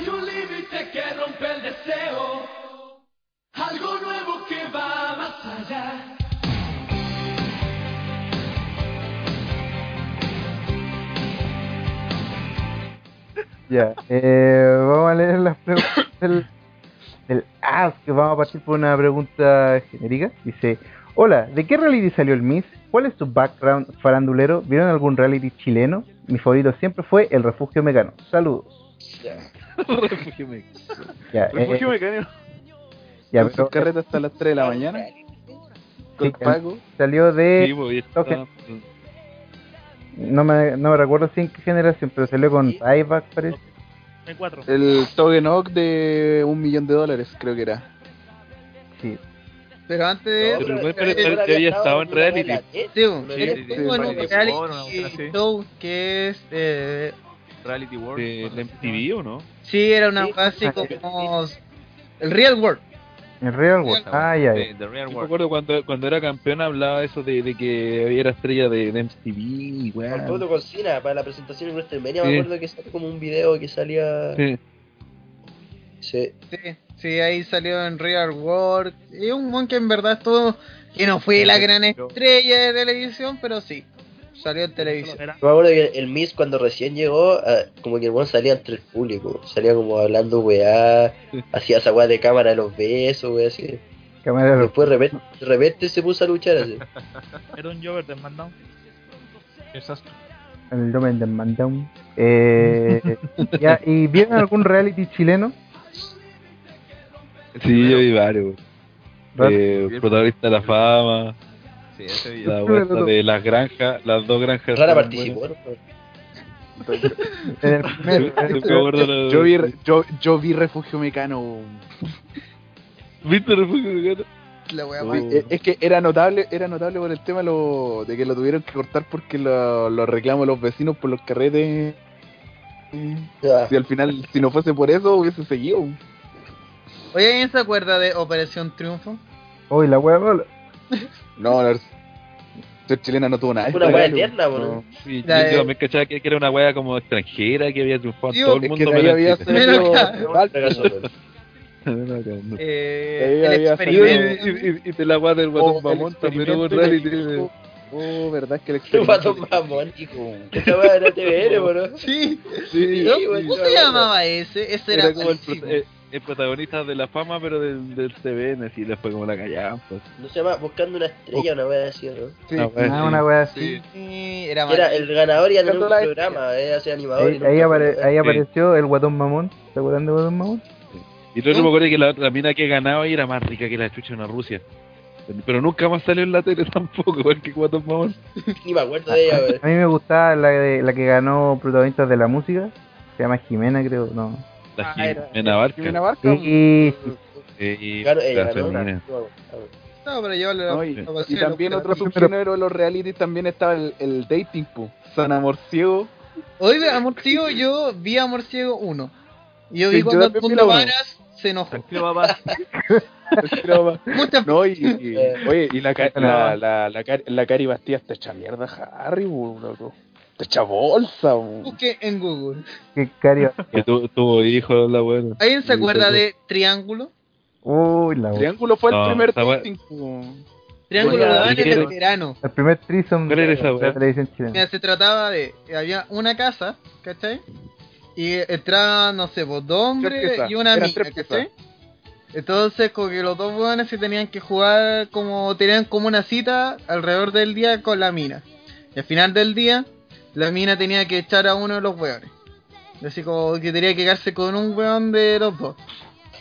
límite que rompe el deseo, algo nuevo que va más allá. Ya, eh, vamos a leer las preguntas del, del Ask. Vamos a partir por una pregunta genérica. Dice: Hola, ¿de qué reality salió el Miss? ¿Cuál es tu background farandulero? ¿Vieron algún reality chileno? Mi favorito siempre fue El Refugio Mecano. Saludos. Refugio mecánico. Ya, Refugio eh, mecánico. ya, Con sus pero carretas hasta las 3 de la mañana. Con Sí, pago. salió de. Sí, pues, y está- ok. No me, no me recuerdo si en qué generación, pero salió con Ryback, parece. En cuatro. El token Oak de un millón de dólares, creo que era. Sí. Pero antes de eso, Pero igual pero pero había estado en reality. Eh, sí, bo, Sí, él sí, estuvo sí, en un reality reality show, una cosa así. show que es. Eh, Reality World. ¿De la MTV o no? sí, era una Sí. cosa así como. El Real World. En Real World. Ah, ya, ya. Sí, The Real Yo me World. acuerdo cuando, cuando era campeón hablaba eso de, de que era estrella de, de MTV y weá. Por Pueblo con Cena, para la presentación en WrestleMania, Ah. Sí. me acuerdo que salió como un video que salía. Sí. Sí. Sí, sí, ahí salió en Real World. Y un mon que en verdad estuvo. Que no fue la gran estrella de televisión, pero sí. Salió en televisión. Era- Yo me acuerdo que el Miss cuando recién llegó, ah, como que el weón salía entre el público, salía como hablando weá, Sí. hacía esa weá de cámara de los besos, weá, así. Camarero. Después de repente, de repente se puso a luchar así. Era un Jover de SmackDown. Exacto. el domen de Mandown. Eh, ya, ¿Y vieron algún reality chileno? Sí, yo vi varios. Eh, Bien. protagonista de la fama, Sí, ese video. la vuelta de las granjas, las dos granjas. Rara son participó, ¿no? En el primer- buenas. Yo me acuerdo la- Yo vi, yo, yo vi Refugio Mecano. ¿Viste el refugio de Gato? La wea Oh. más- Eh, Es que era notable era notable por el tema lo, de que lo tuvieron que cortar porque lo, lo reclamos los vecinos por los carretes. Ah, Si al final, si no fuese por eso, hubiese seguido. Oye, ¿alguien se acuerda de Operación Triunfo? Uy, la hueá mala. No, la versión chilena no tuvo nada. Una Este, wea no. tierna, bro. Sí, yo, La de- yo también cachaba que que era una wea como extranjera que había triunfado Sí, en todo el Es que mundo. de ahí menos había en Chile. Menos salido. Un fracaso, bro. Y- Eh, Ahí el había Y, experimento. y- y de la wea del guatón Oh, mamón también experimento hubo que reality. dijo- Oh, verdad que el Qué pato experimento- mamón, hijo. Esa weá era TVN, bro. Sí, Sí, ¿no? sí, bueno, ¿Cómo se ya, llamaba ese? Ese era, era como el, malísimo. pro- eh, el protagonista de la fama, pero del, del TVN, así después como la callaban. Pues. No se llama Buscando una estrella, una weá así, ¿no? Sí. Ah, bueno. Ah, una hueá así. Sí. Sí, era Era malísimo. el ganador y ganó un Buscando la programa, eh, así animador. y Ahí, nunca ahí fue, apare- weá. ahí apareció el guatón mamón. ¿Se acuerdan de guatón mamón? Y luego me acuerdo que la, la mina que ganaba ahí era más rica que la chucha de una Rusia. Pero nunca más salió en la tele tampoco, igual que Guatón Mamón. Ni me acuerdo de ella, bro. A mí me gustaba la, de- la que ganó protagonistas de la música. Se llama Jimena, creo. No. La Ah, era- Jimena Barca. eh, Jimena Barca. Y, Eh, y Ganó, eh, la ganó una. femenina. No, pero yo lo- No, y, lo y pasé también lo- otro Pero- subgénero de los realities también estaba el, el dating, po. San Amor Ciego. Oye, Amor Ciego, yo vi Amor Ciego 1. Y yo Sí, vi yo cuando también vi Punto la uno. Varas se enojó. Tranquilo, papá. Pero- Muchas no, y, y- Eh, oye, y la, ca- la, Nada. la, la, Cari- la Cari Bastida está hecha mierda, Harry, po, loco. Está hecha bolsa, po. busqué en Google. que cario. Que tu- tuvo hijos, la buena. ¿Alguien se Sí, acuerda sí, sí. de Triángulo? Uy, la hueá. Triángulo fue No, el primer esa wea- dating, po. Triángulo Oye, lo daban en el dijeron- verano. El primer trisom ¿Cuál era de esa la weá? televisión chilena. Mira, se trataba de. Había una casa, ¿cachai? Y entraban, no sé, pues, dos hombres piezas, y una eran mina, tres piezas. ¿cachai? Entonces, como que los dos buenos se tenían que jugar, como tenían como una cita alrededor del día con la mina. Y al final del día, la mina tenía que echar a uno de los weones. Así como que tenía que quedarse con un weón de los dos.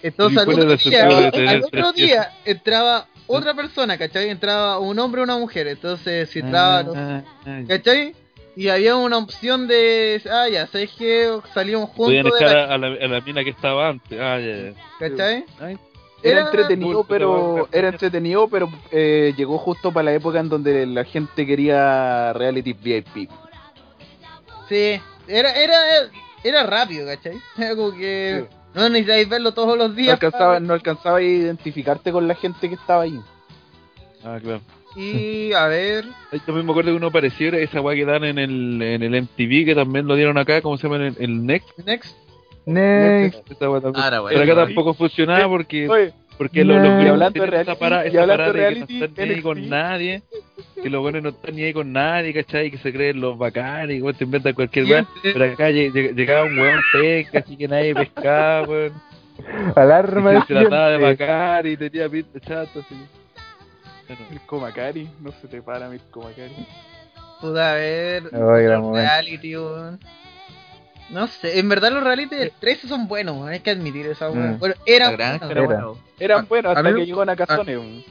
Entonces, ¿Y al cuál otro, era su día, plan de al tener otro tres día entraba otra persona, ¿cachai? Entraba un hombre o una mujer. Entonces, si entraba, no Ah, ah, ah. ¿Cachai? Y había una opción de. Ah, ya, ¿sabes que Salimos Podían juntos de echar la. a, a la, a la mina que estaba antes. Ah, ya, ya. ¿Cachai? Ay, Era Era- entretenido, Puta, pero weón. era entretenido, pero eh, llegó justo para la época en donde la gente quería reality VIP. Sí. Era, era, era rápido, ¿cachai? Era como que. No necesitáis verlo todos los No días. alcanzaba, no alcanzaba a identificarte con la gente que estaba ahí. Ah, claro. Y a ver. Ay, También me acuerdo que uno pareció era esa weá que dan en el, en el MTV, que también lo dieron acá, ¿cómo se llama? En el, el Next. Next. Next. Esa Ah, weá también. Ahora, Pero bueno. acá tampoco funcionaba porque, Oye, porque los, los Y que hablando de reality, esa parada, y esa hablando parada de de que reality, no están ni ahí con NXT. nadie, que los buenos no están ni ahí con nadie, ¿cachai? Que se creen los bacanes, que te inventan cualquier weá. Pero acá lleg- lleg- llegaba un weón pesca, así que nadie pescaba, weón. Alarma. Y se trataba de siempre. vacar y tenía pinta de chato, así. Bueno, el Comacari, no se te para mi Comacari. Puta, a ver. Oh, Ay, gran otro momento. reality, weón. No sé, en verdad los reality del 13 son buenos, weón, hay que admitir esa weón. Mm. Bueno, era. La granja era era bueno. bueno. Eran buenos a hasta mí- que llegó Nakazone. weón.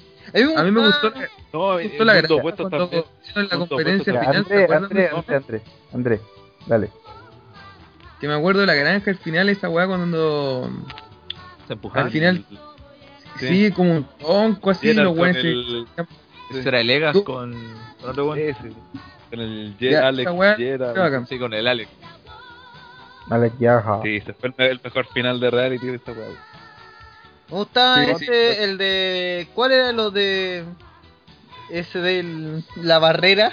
A mí me gustó, me No, eh, gustó la mundo gracia opuesto cuando también. hicieron la Punto conferencia opuesto final. ¿te André, acuerdas? André, André, André, André, dale. Que me acuerdo de la granja al final, esa weá cuando. Se empujaban. Al final- el- Sí, Sí. como un tonco así, era los con weones. se- el- Ese era Legas con, con otro weón. Ese, con el Ye- Ya, Alex esa weá- Yera, era bacán. Sí, con el Alex. Alex Yaja. Sí, se fue el, el mejor final de reality de esta weá. Me gustaba Sí, ese, el de. ¿Cuál era lo de.? Ese de la barrera.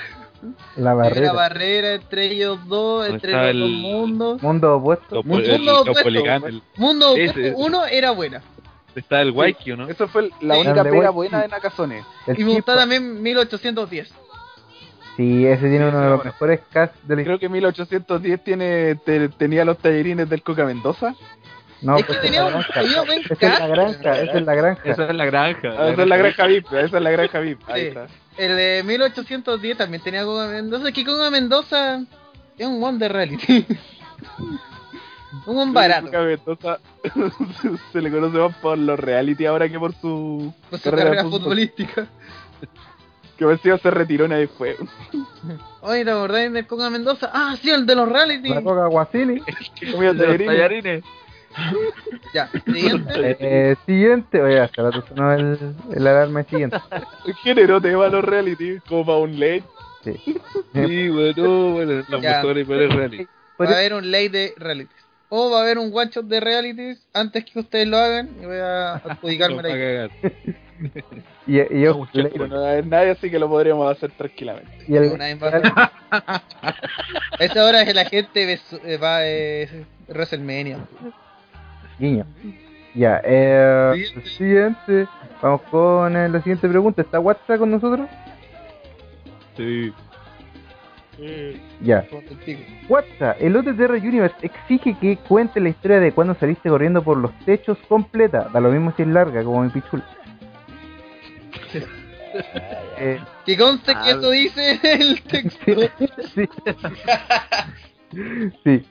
La La barrera. barrera entre ellos dos, ¿Dónde entre los estaba dos el- mundos. Mundo opuesto. Los Mundo pol- el- opuesto. los poligan- el- Mundo Ese, Opuesto ese. uno era buena. Está el Waikio, ¿no? Esa fue la Sí. única Grande, pega güey. buena de Nakazone. El Y me Chispa. gustaba también 1810. Sí, ese tiene Sí, uno de sí, los bueno. mejores casts de la historia. Creo que 1810 tiene, te- tenía los tallerines del Coca Mendoza. No, es que pues, tenía es la un- granja. tenía buen Esa es la cast. granja, esa es la granja. Esa es la granja. Ah, esa es la granja VIP, esa es la granja VIP. Ahí Sí. está. El de 1810 también tenía a Goga Mendoza. Que Goga Mendoza es un one de reality. un buen barato. Coca Mendoza se le conoce más por los reality ahora que por su, Con su carrera de fútbol. futbolística. Que parecía se retiró una vez fue. Oye, ¿te acordáis del Goga Mendoza? Ah, sí, el de los reality. La coca guasili. Comía tallerines. Ya, siguiente. Eh, siguiente. Oye, hasta la sonó el, el alarma siguiente. Generó tema a los reality, como para un late. Sí, weón, no, bueno, los Ya. mejores y peores reality. pues, Va a haber un ley de realities. O va a haber un one shot de realities antes que ustedes lo hagan. Y voy a adjudicarme Los va a la cagar. Y, y, yo- Pero no va a haber nadie, así que lo podríamos hacer tranquilamente. y el, Una invasión. A esa hora que la gente ve su- eh, va eh, WrestleMania. Guiño. Ya, eh, Siguiente. siguiente. Vamos con eh, la siguiente pregunta. ¿Está WhatsApp con nosotros? Sí. Mm, Ya. por el pico. WhatsApp, el OTTR Universe exige que cuente la historia de cuando saliste corriendo por los techos completa. Da lo mismo si es larga, como mi pichul. ah, Eh, Que conste Ah. que eso dice el texto. sí, sí. Sí.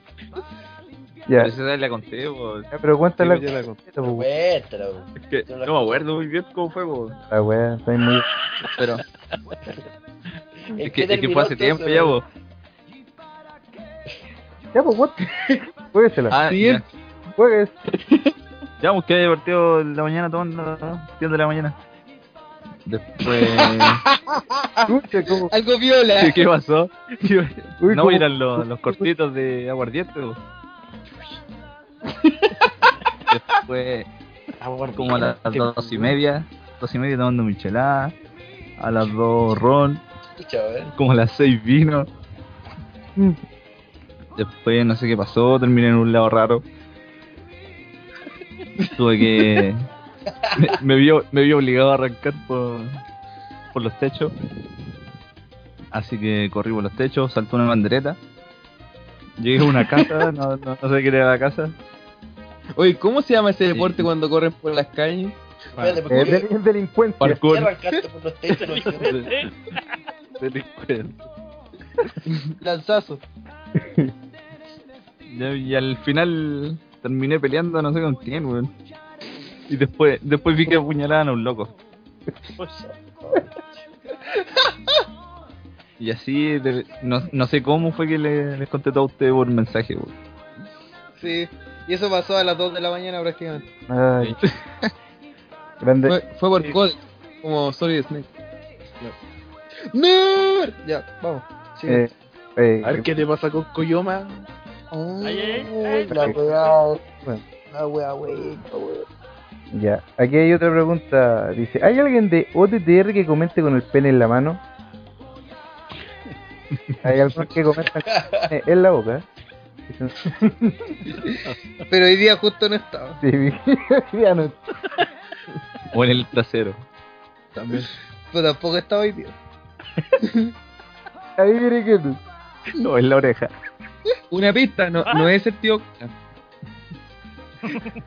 Ya, Pero esa la conté, po. ya, pero cuéntala. Sí, ya la conté. completa, pues, Cuéntala, po. Es que no me acuerdo muy bien cómo fue, po. la wea, estoy muy- Pero ¿En es qué que, es que terminó fue hace entonces, tiempo ya, weón? po. Ya, pues, what? Jueguesela, Ah, ya. Siguiente. juegues. Ya, pues, busqué el partido de la mañana, todo, ¿no? 10 de la mañana. Después. Chucha, como- Algo viola. ¿Qué pasó? uy, no, como- eran los, los cortitos de aguardiente, po. Después, como a las dos y media, dos y media tomando michelada, a las dos ron, Escucha, weón. como a las seis vino. Después no sé qué pasó, terminé en un lado raro. Tuve que... Me, me vi, me vi obligado a arrancar por, por los techos. Así que corrí por los techos, saltó una bandereta. Llegué a una casa, no, no- no sé qué era la casa. Oye, ¿cómo se llama ese Sí. Este deporte cuando corren por las calles? Espérate, Eh, ¿por del- qué- Es delincuencia. ¿por Parkour. qué arrancaste por los techos? No sé. Delincuente. Lanzazo. Ya, Y al final terminé peleando no sé con quién, weón. Y después, después vi que apuñalaban a un loco. Y así, de- no, no sé cómo fue que le- les conté todo a ustedes por mensaje, weón. Sí. Y eso pasó a las 2 de la mañana prácticamente. Ay. Grande. Fue, fue por Code, como Solid Snake. ¡No! Ya, vamos. Sí. Eh, eh, A ver qué te pasa con Coyoma. Oh, Ay, ay, ay. La weá. La weá, weón. Ya, aquí hay otra pregunta. Dice, ¿hay alguien de OTTR que comente con el pene en la mano? ¿Hay alguien que comenta con el pene en la boca? Pero hoy día justo no estaba. Sí, vi- ya no- O en el trasero. También. Pero tampoco estaba hoy día. Ahí viene que tú. No, en la oreja. Una pista, no, no es el tío.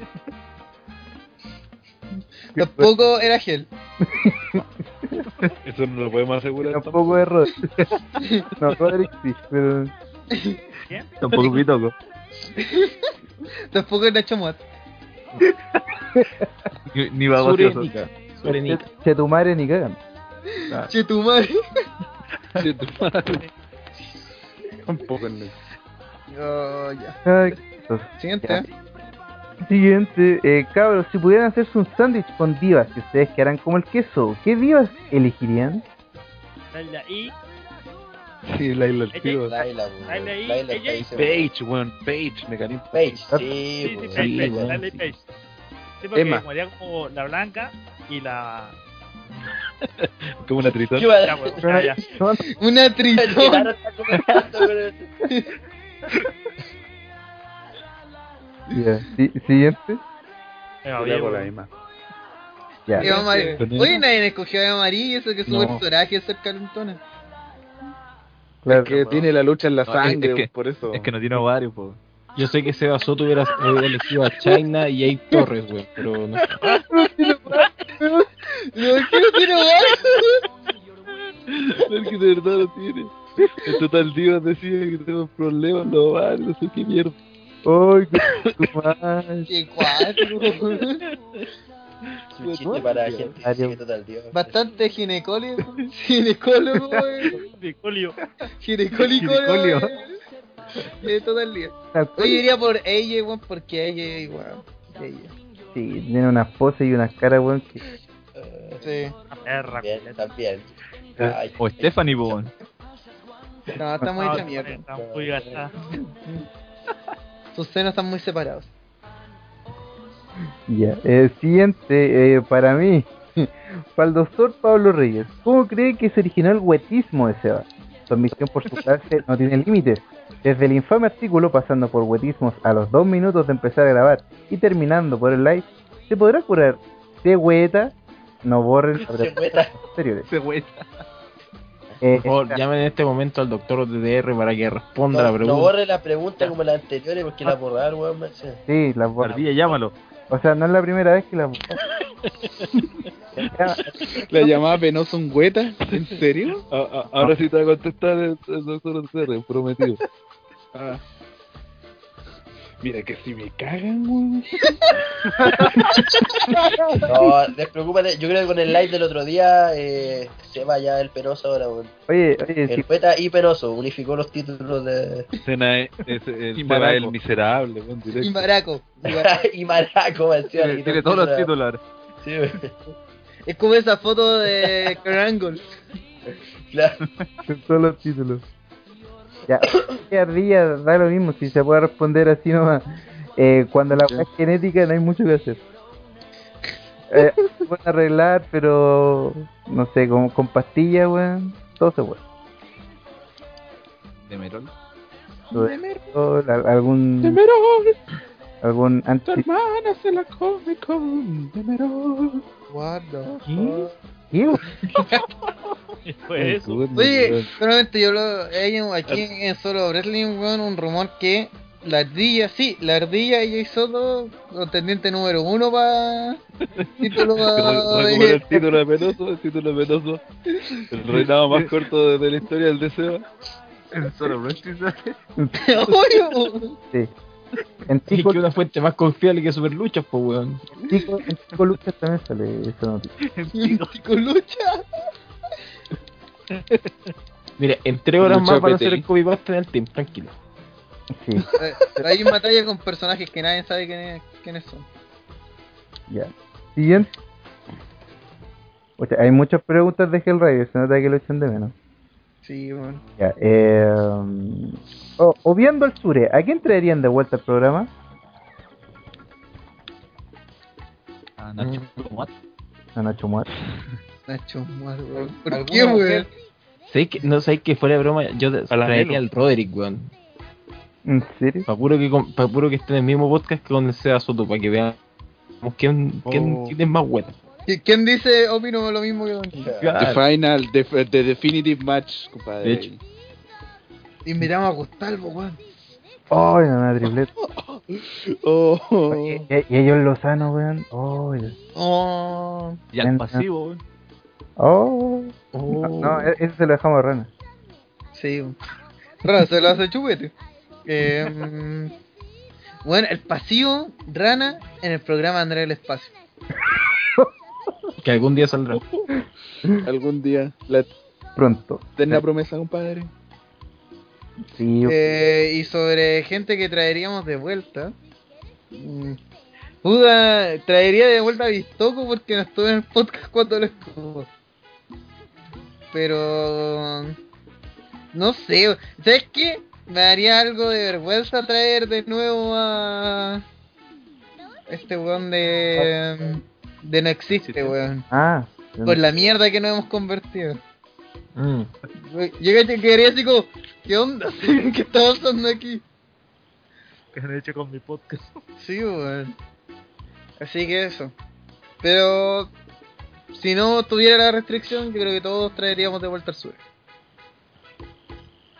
Tampoco era gel. Eso no lo podemos asegurar. tampoco. Tampoco es Rod. No, Roderick sí, pero. Tampoco pitoco. Tampoco era chamot. Ni, ni va gaseoso. este, Che- Chetumare ni cagan. Ah. Che tu madre. Tampoco en el- Oh, ya. Ay, Siguiente. Ya. Ah, Siguiente, eh, cabros, si pudieran hacerse un sándwich con divas que ustedes que harán como el queso, ¿qué divas elegirían? Laila y Sí, la isla del tío. Laila, weón. Laila y- Laila está ella y ahí, weón. Page, weón, Page, me calienta. Paige, sí, sí, sí, weón. pues, Page, Sí, Page, weón. Laila y Page. Sí, porque Emma. como haría como la blanca y la. Como una tritón. ¿Qué va a Ya, weón, Ah, ya, ya. Son- Una El Chilaro tritón. está comentando, weón. Ya, si- Siguiente, Me va Yo le bien, hago la weón. misma. ya. Eva María. Oye, nadie escogió a Eva María y eso que su personaje es ser calentona. Claro, Que tiene la lucha en la No, sangre, es que- por eso. Es que no tiene ovarios, po. Yo sé que Seba Soto hubiera, hubiera elegido a China y Abe Torres, weón, pero no. No, es que no tiene hogar. Es que de verdad lo tiene. El total divas decía que tenemos problemas, no vale, no sé qué mierda. Ay, qué- qué mal. Qué cuatro. Es Pues, un chiste para gente que sigue total, tío. Bastante ginecólogo. Ginecólogo, güey. De colio. Ginecólico, Ginecolio. güey. De todo el día. Oye, iría por ella, weón, porque ella, igual. Ella. Sí, tiene unas poses y unas caras, weón. que- Eh, Sí. Perra, También, culeta. también. Ay, Eh, O Stephanie, po. weón. No, está muy No, hecha mierda. Está muy gastada. Sus senos están muy separados. Ya, eh, siguiente, eh, para mí, para el doctor Pablo Reyes, ¿cómo cree que se originó el huetismo de Seba? Su ambición por su clase no tiene límites. Desde el infame artículo, pasando por huetismos a los dos minutos de empezar a grabar y terminando por el live, ¿se podrá curar de hueta? No borren las se preguntas cuenta. posteriores. Se hueta. Eh, Por favor, está- llamen en este momento al doctor DDR para que responda No, la no pregunta. borre la pregunta como las anteriores porque la borraron, weón. man, sí. sí, las borra. Ardilla, llámalo. O sea, no es la primera vez que las borra. La llamaba penoso un güeta. ¿En serio? A- a- ahora sí te va a contestar eh, el, el doctor Cerre, prometido. Ah. Mira que si me cagan, weón. No, despreocúpate. Yo creo que con el live del otro día eh, se va ya el penoso ahora, weón. oye, oye, sí, El poeta y penoso unificó los títulos de. Cena es, es- el Y tema Maraco. del miserable, weón, Y directo. Maraco. y Maraco, man, sí, Tiene, le quitó tiene el todos los título títulos ahora. a- Sí, weón. Es como esa foto de Carangle. Claro. En todos los títulos. Ya, qué ardilla, da lo mismo si se puede responder así nomás. Eh, cuando la weá es genética no hay mucho que hacer. Eh, se pueden arreglar, pero no sé, con, con pastillas, weón, todo se puede. De Merol. Todo- todo, al- algún, Demerol, algún tu anti... hermana se la come con un Demerol. Guarda. ¿Qué, weón? Fue eso. Oye, solamente yo lo. Hay un- aquí en Solo Wrestling, weón, un rumor que la ardilla, sí, la ardilla y Jay Soto, contendiente número uno para. Título pa- Re- Recupera el título de penoso, el título de penoso. El reinado más corto de, de la historia del deseo. En solo wrestling, ¿sabes? Obvio. Sí. En Es chico, que una fuente más confiable que Superluchas, pues, weón. en chico, en chico Lucas también sale esa noticia. Con lucha. Mira, en tres horas Lucha más van a PTI. hacer el copy-paste del team, tranquilo. Sí. Eh, Hay una batalla con personajes que nadie sabe quiénes, quiénes son. Ya. Siguiente. O sea, hay muchas preguntas de Hellraiser, se nota que lo echan de menos. Sí, bueno. Ya, eh, um, o- obviando al Sure, ¿a quién traerían de vuelta al programa? Ah, Nacho, ¿cómo vas? A Nacho Muerto. Nacho, muerto, weón. ¿Alguna ¿Por qué, mujer? weón? ¿Sabes que, no sabes que fuera de broma, yo A la traería Melo. al Roderick, weón. ¿En serio? Para puro que, con- pa' puro que esté en el mismo podcast que donde sea Soto, para que veamos quién, quién, Oh. quién es más bueno. ¿Qui- ¿Quién dice opino lo mismo que Don Chile? The final, the, the definitive match, compadre. De hecho. Invitamos a Gustavo, weón. ¡Ay, no, una tripleta! Oh, oh. Y, y ellos Lozano, weón. ¡Ay! Oh, Y al ah. pasivo, weón. ¡Oh! Oh. No, e- ese se lo dejamos a Rana. sí. weón. Rana se lo hace chupete. Eh, mm, bueno, el pasivo Rana en el programa Andrés del Espacio. Que algún día saldrá. Algún día. La Pronto. eterna promesa, compadre. Sí, Eh, y sobre gente que traeríamos de vuelta. mm, Puta, traería de vuelta a Vistoco porque no estuvo en el podcast cuando lo estuvo. Pero. No sé, ¿sabes qué? Me daría algo de vergüenza traer de nuevo a. Este weón de. De no existe, weón. Ah. Por la mierda que nos hemos convertido. Yo caché que quería así como, ¿qué onda? ¿Qué está pasando aquí? que han hecho con mi podcast. Sí, weón. Así que eso. Pero si no tuviera la restricción, yo creo que todos traeríamos de vuelta al sur.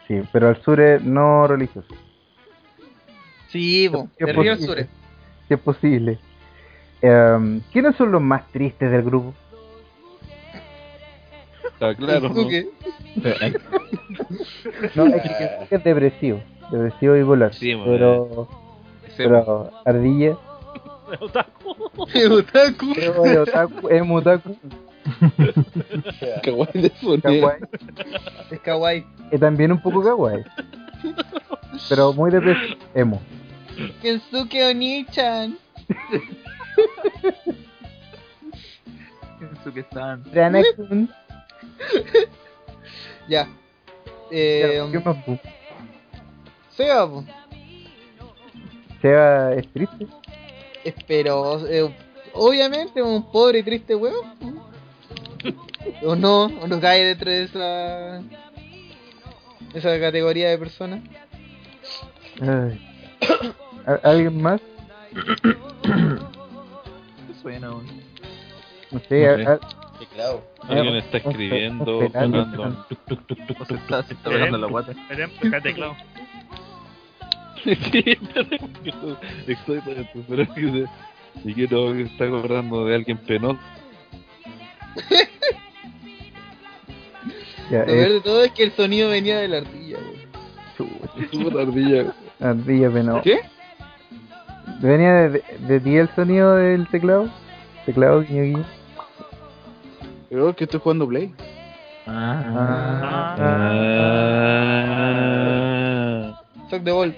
Sí, pero al sur es no religioso. Sí, po, Yo de por- Río al sur. Si es posible. Em, ¿Quiénes son los más tristes del grupo? Está claro. ¿no? Suzuki. No, es que Kensuke es depresivo. Depresivo y bipolar. Sí, bueno. pero, pero Ardilla Otaku. pero es otaku, es un otaku, Qué guay de su kawaii, Es kawaii. es también un poco kawaii. Pero muy depresivo, emo. Kensuke Oni-chan. Pienso que están. Eh, Tranakun, Ya. Eh, ¿qué más, em, pu? Seba, po. Seba es triste. Espero. eh, obviamente, un pobre y triste weón. O no, o no cae dentro de esa. Esa categoría de personas. Ay. ¿Al- ¿Alguien más? ¿Qué suena, weón? No sé, No sé. al- Teclado. Alguien está escribiendo, Un penal, un Fernando. penal. O se está, se está pegando la guata. Esperemos que sea teclado. Sí, exactamente, pero es que se- y que no que está acordando de alguien penoso. ya, Lo eh, peor de todo es que el sonido venía de la ardilla, weón. puta ardilla. Ardilla penosa. ¿Qué? ¿Venía de, de, de ti el sonido del teclado? Teclado, guiño, guiño. Yo que estoy jugando Play. Ah, Ah, Sock de bol.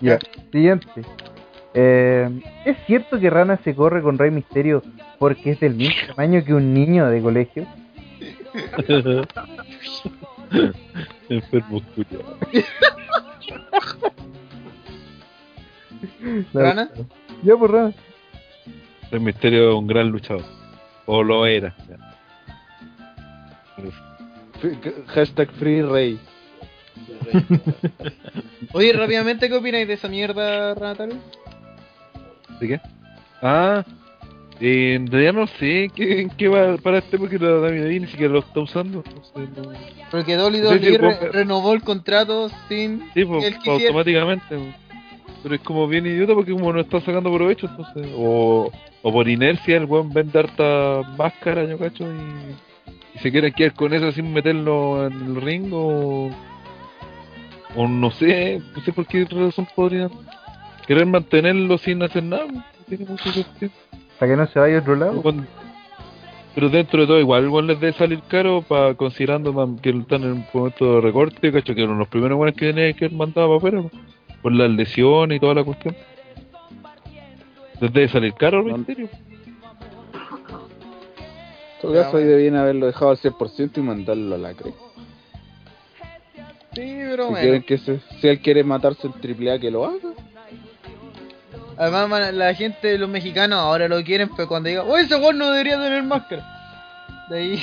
Ya, siguiente. Eh, ¿Es cierto que Rana se corre con Rey Misterio porque es del mismo tamaño que un niño de colegio? enfermo culiao. ¿Rana? Ya, por Rana. El misterio es un gran luchador. O lo era. F- Hashtag Free Rey. Oye, rápidamente, ¿qué opináis de esa mierda, Rana Taro? ¿De qué? Ah, eh, en realidad no sé qué, en qué va para este porque la David ni siquiera lo está usando. Entonces, no- Porque Dolly Sí, Dolly sí, pues. renovó el contrato sin. Sí, pues, Él quisiera- automáticamente. pues. Pero es como bien idiota porque como no está sacando provecho, entonces. O, o por inercia el weón vende harta máscara, yo cacho, y, y se quieren quedar con eso sin meterlo en el ring o... O no sé, no sé por qué razón podrían querer mantenerlo sin hacer nada. pues, no tiene mucho sentido. Para que no se vaya a otro lado. Cuando- Pero dentro de todo igual, igual les debe salir caro para considerando man, que están en un momento de recorte, cacho, que uno de los primeros buenos que tenía que haber mandado para afuera, po, por las lesiones y toda la cuestión. Les debe salir caro, No. en serio. En todo caso, ahí debían haberlo dejado al 100% y mandarlo a la crema. Sí, pero Si, bueno. quieren que se- si él quiere matarse el triple A, que lo haga. Además, man, la gente, los mexicanos ahora lo quieren, pero cuando diga, oye, ese weón no debería tener máscara. De ahí,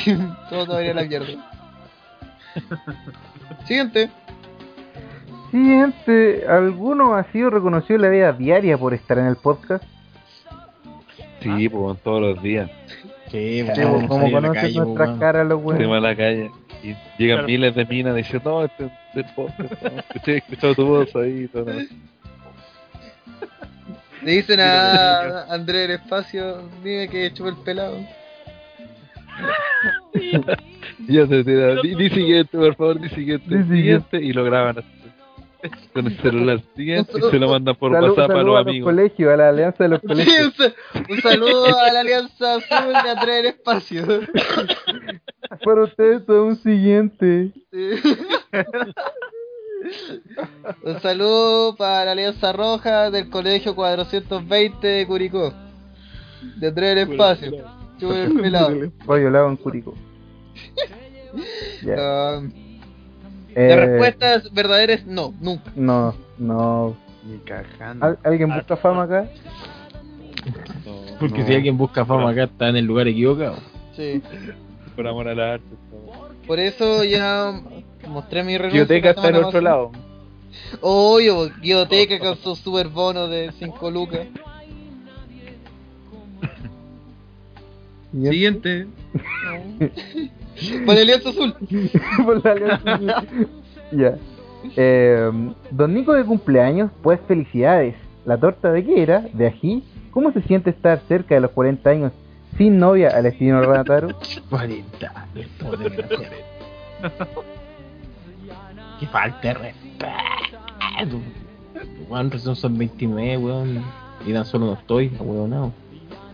todo todavía la mierda. Siguiente. Siguiente, ¿alguno ha sido reconocido en la vida diaria por estar en el podcast? Sí, pues todos los días. Sí, Ah, Sí, pues, como la conoces calle, nuestras weón. caras, los Salimos a weones. la calle y llegan Claro. miles de minas diciendo, no, este este es el podcast, ¿no? Escuché- he escuchado tu voz ahí y todo. ¿no? Le dicen a André del Espacio, dime que chupó el pelado. Y ya se tira, di, di siguiente, por favor, di siguiente, Di siguiente, y lo graban así, con el celular siguiente y se lo mandan por Salud- WhatsApp a saludo los a los amigos. colegios, a la alianza de los Sí, colegios. un, sa- un saludo a la Alianza Azul de André del Espacio. Para ustedes, todo un siguiente. Sí. Un saludo para la Alianza Roja del Colegio 420 de Curicó. De André del Espacio. Chupa el pelado. Fue violado en Curicó. Ya. Ah, Eh, la respuesta es verdadera es no, nunca. No, no. Ni cajando. ¿Al- ¿Alguien busca fama acá? Porque si alguien busca fama acá está en el lugar equivocado. Sí. Por amor al arte. todo. Por eso ya mostré mi renuncia. Biblioteca la está en semana otro pasada. lado. Obvio, pues, Guioteca con su super bono de 5 lucas. Siguiente. Con el lienzo azul. Por la alianza. ya. Eh, don Nico de cumpleaños, pues felicidades. ¿La torta de qué era? ¿De ají? ¿Cómo se siente estar cerca de los 40 años sin novia al estilo Ranataro? 40 años, por desgracia. Qué falta de respeto. Weón, recién son 29, weón. Y tan solo no estoy, weón.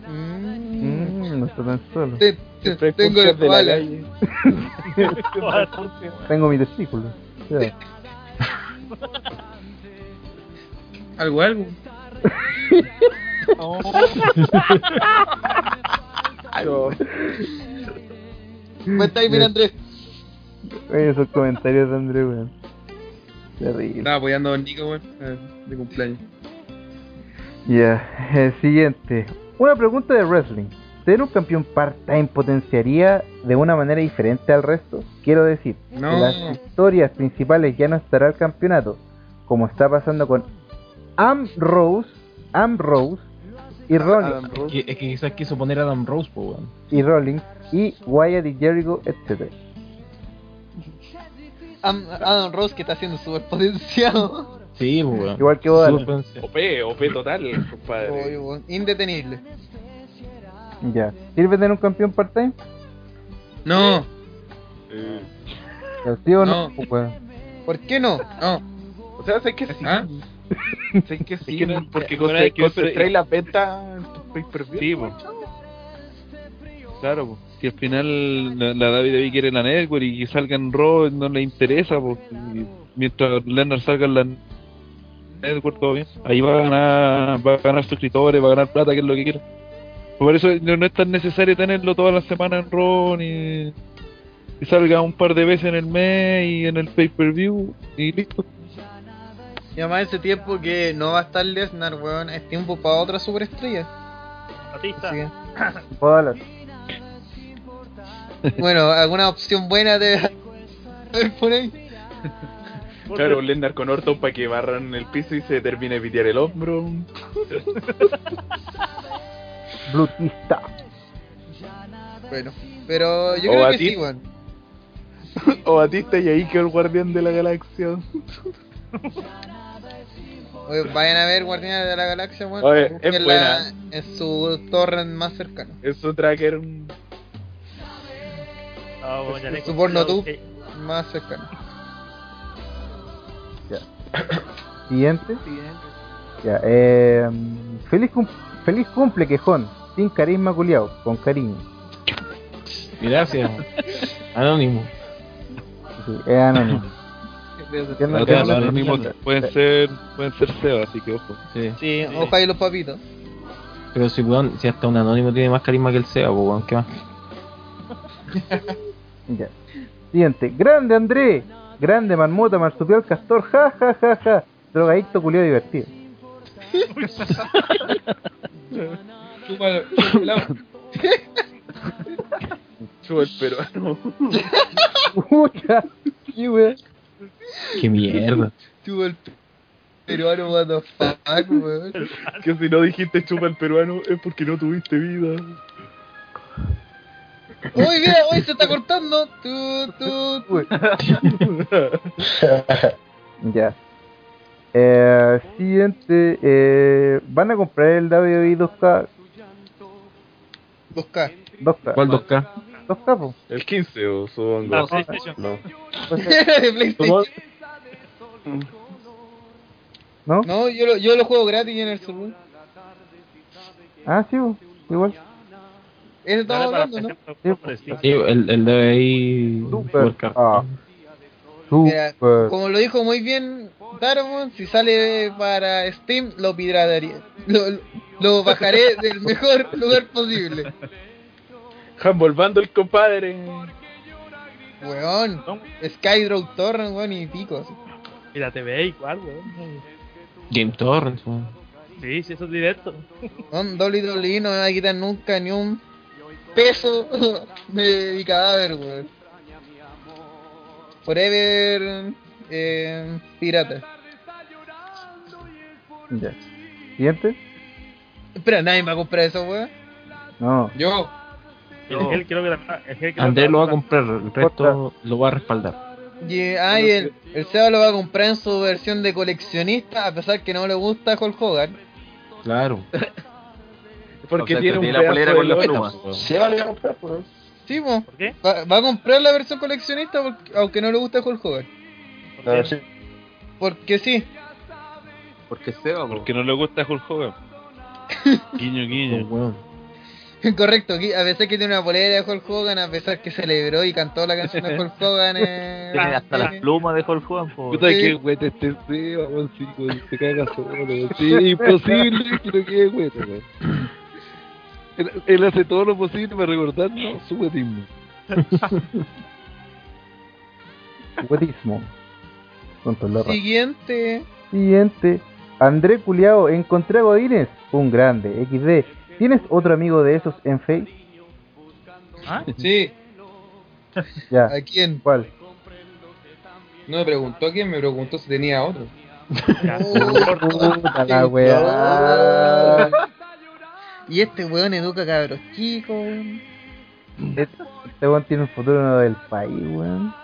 Mm, no está tan solo. Te- te- Tengo Prejuicios de la espalda. calle. Tengo mi testículo. Ya. Algo, algo. Algo. Cuenta Pues ahí, mira, Andrés. Oye, esos comentarios de André, weón. Terrible. Estaba apoyando a Don Nico, weón, eh, de cumpleaños. Ya, eh, siguiente. Una pregunta de wrestling. ¿Ser un campeón part-time potenciaría de una manera diferente al resto? Quiero decir, No. las historias principales ya no estará el campeonato, como está pasando con Am Rose, Am Rose y Rollins, Adam Rose. Es que quizás quiso poner a Adam Rose, po, weón. y Rollins y Wyatt y Jericho, etc. Am- Adam Ross que está siendo super potenciado. Sí, po, weón. Igual que Oda. Súper pensado. OP, OP total, compadre. Obvio, weón. Indetenible. Ya. ¿Sirve tener un campeón part-time? No, ¿Sí o no? No. Pues, weón. ¿Por qué no? no. O sea, sé que sí. ¿Ah? Sé que sí. que no- porque no hay que- concentráis la venta en tu pay-per-view. Sí, po. Claro, po. si al final la, la David quiere la network y que salga en Raw no le interesa, po. Y mientras Leonard salga en la network todo bien, ahí va a ganar, va a ganar suscriptores, va a ganar plata, que es lo que quiera. Por eso no, no es tan necesario tenerlo todas las semanas en Raw ni que salga un par de veces en el mes y en el pay-per-view y listo. Y además ese tiempo que no va a estar Lesnar, weón, es tiempo para otra superestrella. Batista. Así Bolas. que- bueno, alguna opción buena de ver por ahí. Vos Claro, te- un Lennart con Orton para que barran el piso y se termine de pitear el hombro. Blutista. Bueno, pero yo O creo a que ti. sí, weón. O Batista y ahí quedó el guardián de la galaxia. Oye, Vayan a ver Guardianes de la Galaxia, weón. Oye, es Búsquenla buena. En su torrent más cercano. Es su tracker. Ah, bueno, ya le Su porno tú. Eh, Más cercano. Siguiente. Ya, eh, feliz, cum- feliz cumple, quejón. Sin carisma culiao, con cariño. Gracias. Anónimo. Sí, es anónimo. ¿Quién no- Claro, quién no- claro, quién no- anónimo. Pueden ser, pueden ser SEO, así que ojo. Sí. Sí, ojo ahí los papitos. Pero si, weón, si hasta un anónimo tiene más carisma que el SEA, po, weón, ¿qué más? Ya. Siguiente. Grande André. Grande marmota, marsupial, castor. Ja, ja, ja, ja. Drogadicto culiao divertido. Chúpalo, chúpalo. Sube el peruano. Pucha. Sí, wea. Qué mierda. Chupa el peruano, what the fuck, weón. Que si no dijiste chupa el peruano es porque no tuviste vida. Uy, mira, uy, se está cortando. Tu, tu, tu. Uy. ya. Eh, siguiente. Eh, ¿Van a comprar el WWE 2K? 2K. 2K. ¿Cuál 2K? 2K, po. El 15 o supongo. La PlayStation. No. De PlayStation. ¿No? No, yo lo, yo lo juego gratis en el Zoom. Ah, sí, po. igual. Eso estamos Dale para hablando, ¿no? PlayStation, por Steam. Sí, el, el de ahí. Super. Warcraft. Ah. Mira, Super. como lo dijo muy bien Darwin, si sale para Steam, lo piratearía. Lo, lo- lo bajaré del mejor lugar posible. Humble Bundle, compadre. Weón, Skydrow Torrent, weón, y pico. así. Y la TV igual, weón. Game Torrent, weón. Sí, sí, eso es directo. Weón, WWE no me va a quitar nunca ni un peso de mi cadáver, weón. Forever eh, pirata. Ya. ¿Siguiente? Espera, nadie me va a comprar eso, weón. No. Yo. El gel creo que la- el gel creo que Andrés la- lo va a comprar, el resto lo va a respaldar. Y, ah, y el, el Seba lo va a comprar en su versión de coleccionista, a pesar que no le gusta Hulk Hogan. Claro. Porque O sea, tiene que un la polera pedazo con de la loto. pluma. Se van a comprar, pues. Sí, po. ¿Por qué? Va, va a comprar la versión coleccionista porque- aunque no le guste Hulk Hogan. ¿Por No, Ah, qué? sí. Porque sí. Porque Seba, po. Porque no le gusta Hulk Hogan. Guiño, guiño. Weón. Correcto, que- a pesar que tiene una polera de Hulk Hogan, a pesar que celebró y cantó la canción de Hulk Hogan. eh, Tiene hasta las eh, plumas de Hulk Hogan, po. Puta que güete este Seba, weón, sí, güey, se caga solo, weón. Sí, es imposible que no quede güete, weón. Él, él hace todo lo posible para recordarnos su güetismo. Buenísimo. Con toda la razón. Siguiente. Siguiente. André Culiao, encontré a Godínez. Un grande. XD. ¿Tienes otro amigo de esos en Face? ¿Ah? Sí, Ya. ¿A quién? ¿Cuál? no me preguntó a quién, me preguntó si tenía otro. Ya. Puta la weá. Y este weón educa cabros chicos. weón. Este weón tiene un futuro del país, weón.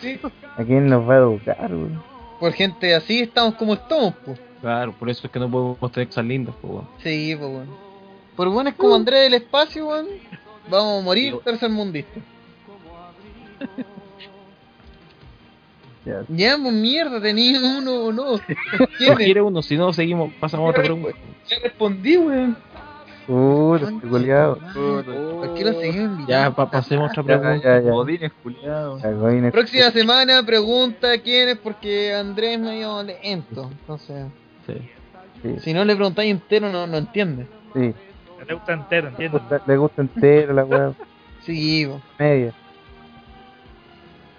Sí. ¿A quién nos va a educar, weón? Por gente así estamos como estamos, po. Claro, por eso es que no podemos tener cosas lindas, po, pues, weón. Uh. Sí, po, weón. Por buenas como Andrés del Espacio, weón. Vamos a morir tercermundistas. Ya. Ya, pues mierda, tenía uno o no. Si ¿Quién es? quiere uno, si no, seguimos, pasamos a otra pregunta. Ya respondí, weón. Puta, este culiao. ¿Por qué lo seguimos? Oh. Ya, pa- pasemos a otra Ya, pregunta. ya, ya. Godín es culiado. A Godínez. Próxima semana pregunta quién es porque Andrés es medio lento. Entonces, Sí. Sí, si no le preguntáis entero, no, no entiende. sí. Le gusta entero, Le ¿entiendes? gusta, le gusta entero la weá. Sí, po. Media.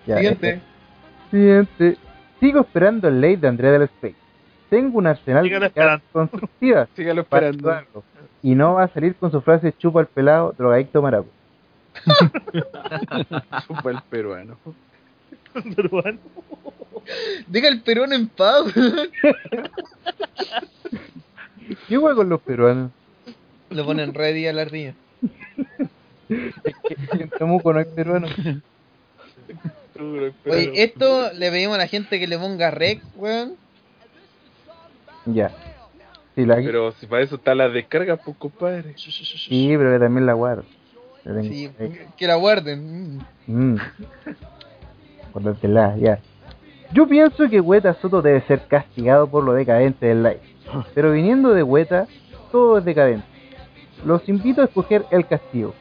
Ya, este, Siguiente. Siguiente. Sigo esperando el late de Andrea del Space. Tengo un arsenal Sígalo de ideas constructivas Sígalo para esperando. ayudarlo. Y no va a salir con su frase chupa al pelado, drogadicto maraco. Chupa el peruano. Pero bueno, este. Deja el perón en paz, weón. ¿Qué hueá con los peruanos? Lo ponen ready a la ardilla. En Temuco no hay peruanos. Oye, eh. esto le pedimos a la gente que le ponga rec, weón. Ya. Sí, la Pero si para eso está la descarga, pues, compadre. Sí, pero también la guardo. La tengo Sí, ahí. que la guarden. Mm. Mm. Guárdatela, ya. Yo pienso que Hueta Soto debe ser castigado por lo decadente del live. Pero viniendo de Hueta, todo es decadente. Los invito a escoger el castigo.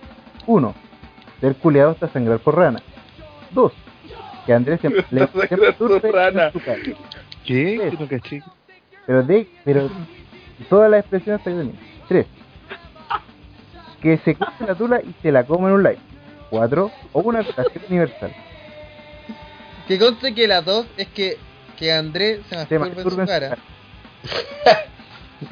1. Ser culeado hasta sangrar por rana. 2. Que Andrés se le Hasta se sangrar por masturbe en rana. su cara. ¿Qué? Que no caché. Pero de, pero todas las expresiones hasta que tenía. 3. Que se come la tula y se la come en un live. 4. O una votación universal. Que conste que las dos es que, que Andrés se Se masturba en masturba su en su cara. cara.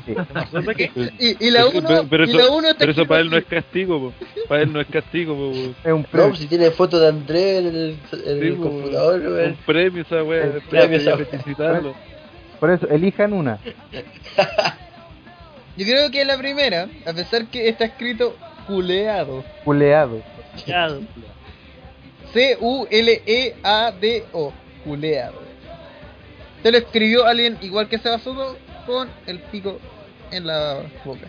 Sí. ¿Resulta que? Y, y la Pero- uno, pero y eso- la uno está Pero eso para él no es escrito castigo, po. Para él no es castigo, po. weón. Es un No, premio. pues si tiene foto de Andrés en el, en Sí, el po, computador, Un weón. premio esa wea. El espérate, premio esa ya wea. felicitarlo. Por eso, elijan una. Yo creo que la primera, a pesar que está escrito culeado. Culeado. Culeado. E C-U-L-E-A-D-O. Culeado. Se lo escribió alguien igual que Seba Soto con el pico en la boca.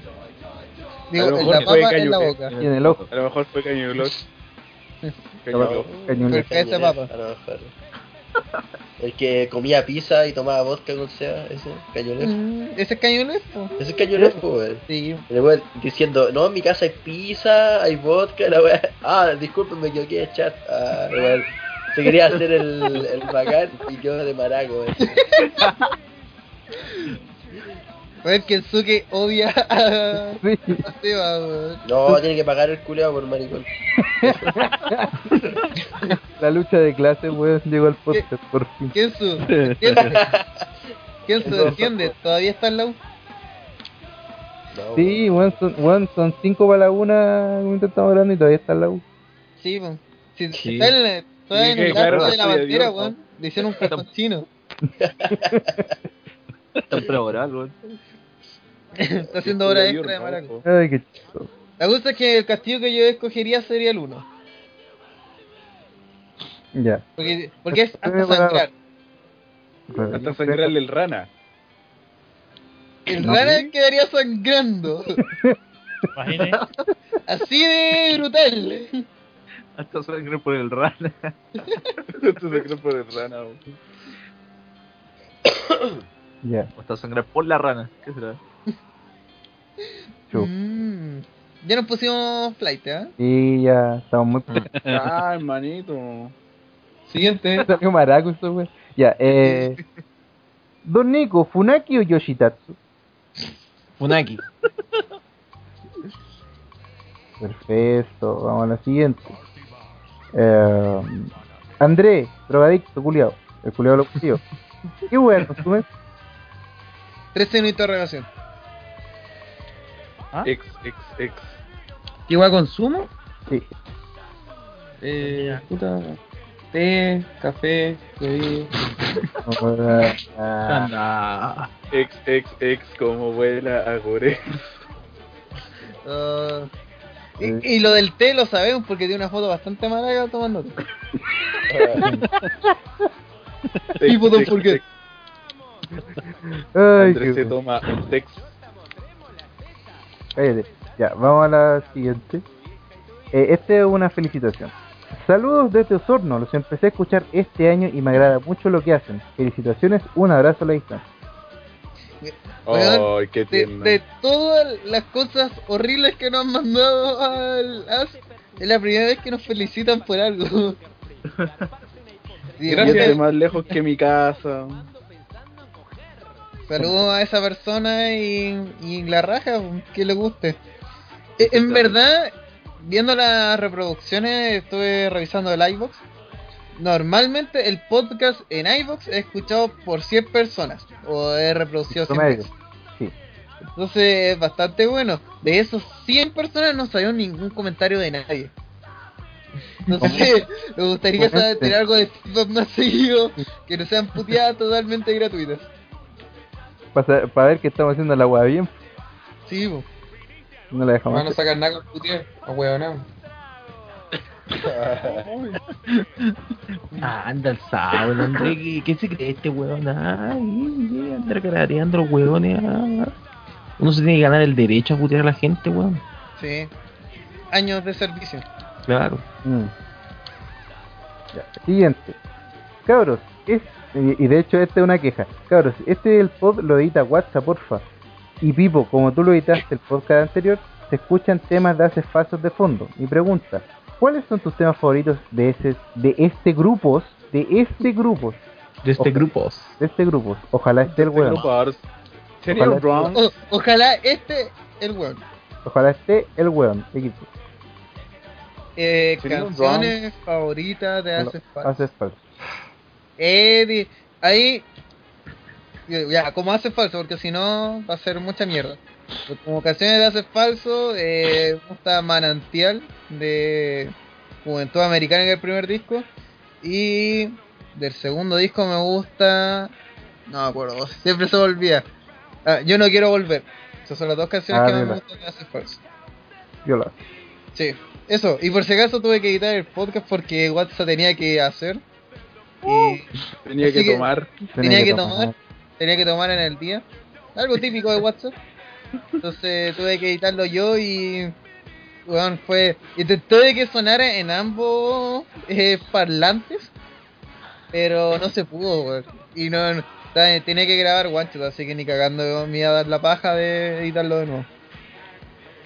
Digo, en la papa en la boca. Y en el ojo. A lo mejor fue Caño Glock. Cañuelo. Cañuelo. Porque ese papa. A lo mejor. El que comía pizza y tomaba vodka con Seba, ese, cañolef. Mm, Ese es cañones, po. Ese es cañolef, po, weón. Sí. Y el weón diciendo, no, en mi casa hay pizza, hay vodka, la weá. Ah, disculpen, me equivoqué de chat. Ah, el weón. Se quería hacer el, el bacán y yo de maraco, weón. A ver, Kensuke odia a, Sí. a Seba, weón. No, tiene que pagar el culeado por maricón. La lucha de clase, weón, llegó al podcast por fin. Kensu, defiende. Kensu, defiende. pues. Todavía está en la U. No, Sí, weón, son, weón, son cinco para la una, como intentamos hablando y todavía está en la U. Sí, po. Si Sí. está en, la- está Sí, en que el claro, arco de la soy de bandera, Dios, weón. Le hicieron un cartón chino. Está en preoral, weón. está haciendo hora extra de maraco. Ay, qué chido. La cosa es que el castillo que yo escogería sería el 1. Ya. Porque, porque es Estoy hasta preparado. sangrar. Hasta sangrarle el rana. El rana quedaría sangrando. Imagínate. Así de brutal. Hasta sangre por el rana. Esto se cree por el rana, weón. Ya, O hasta sangrar por la rana. ¿Qué será? chup. Mm. Ya nos pusimos flight, ¿ah? Sí, ya, estamos muy preparados. Ah, hermanito. Siguiente. Salió maraco esto, weón. Ya, eh. Don Nico, Funaki o Yoshitatsu. Funaki. Perfecto, vamos a la siguiente. Eh, André, drogadicto, culiao. El culiao lo culiao. Qué bueno, consume 13 minutos de relación. Ex, ex, ex. ¿Qué igual consumo? Sí. Eh, puta. Té, café, bebida. Ah, ah, Anda. Ex, ex, ex, como vuela a Gore. Ah, y, y lo del té lo sabemos porque tiene una foto bastante mala tomando té. Tipo pues, Don Forget. Ay, Andrés qué se bueno. toma un text. Cállate. Ya, vamos a la siguiente. Eh, este es una felicitación. Saludos desde Osorno, los empecé a escuchar este año y me agrada mucho lo que hacen. Felicitaciones, un abrazo a la distancia. Ay, Oh, qué De, tierno. de todas las cosas horribles que nos han mandado al AS, es la primera vez que nos felicitan por algo. Sí, Gracias. yo De más lejos que mi casa. te- Saludo a esa persona y, y la raja, que le guste. E- En verdad, viendo las reproducciones, estuve revisando el iBox. Normalmente el podcast en iBox es escuchado por 100 personas o es reproducido 100 Promedio. veces. Entonces es bastante bueno. De esos 100 personas no salió ningún comentario de nadie. No sé, me gustaría saber, tener algo de feedback más seguido, que no sean puteadas totalmente gratuitas. Para ver que estamos haciendo la hueá bien, Sí, po. no la dejamos. Van a sacar nada con putier. A huevonao. Ah, anda el sábado, André. ¿Qué, qué se cree este weón? Ay, andar carateando los weones. ah. Uno se tiene que ganar el derecho a putear a la gente, weón. Sí. Años de servicio. Claro. Mm. Ya, Siguiente. Cabros, es, y y de hecho esta es una queja. Cabros, este el pod lo edita WhatsApp, porfa. Y Pipo, como tú lo editaste el podcast anterior, se escuchan temas de haces falsos de fondo. Mi pregunta, ¿cuáles son tus temas favoritos de ese, de este grupos? De este grupo, De este Ojalá. grupo. de este grupo. Ojalá esté el este weón. Sería Ojalá- wrong. O- ojalá este, el weón. Ojalá esté el weón. equipo. Eh, Sí, canciones favoritas de Hace Lo- Falta. Haces falsos. Eddie, ahí. Ya, como hace falso, porque si no va a ser mucha mierda. Pero Como canciones de hace falso, eh, me gusta Manantial de Juventud Americana, que es el primer disco. Y del segundo disco me gusta No me acuerdo, siempre se volvía. Ah, yo no quiero volver. Esas son las dos canciones Ah, que más me mira. gustan de Acid House. Viola. Sí, eso. Y por si acaso tuve que editar el podcast porque WhatsApp tenía que hacer. Y Tenía que Así que- tomar. tenía que tomar, tenía que tomar en el día. Algo típico de WhatsApp. Entonces tuve que editarlo yo y. Weón, fue. Intenté de que sonara en ambos eh, parlantes, pero no se pudo, weón. Y no. no- ta- tenía que grabar guancho, así que ni cagando weón, me iba a dar la paja de editarlo de nuevo.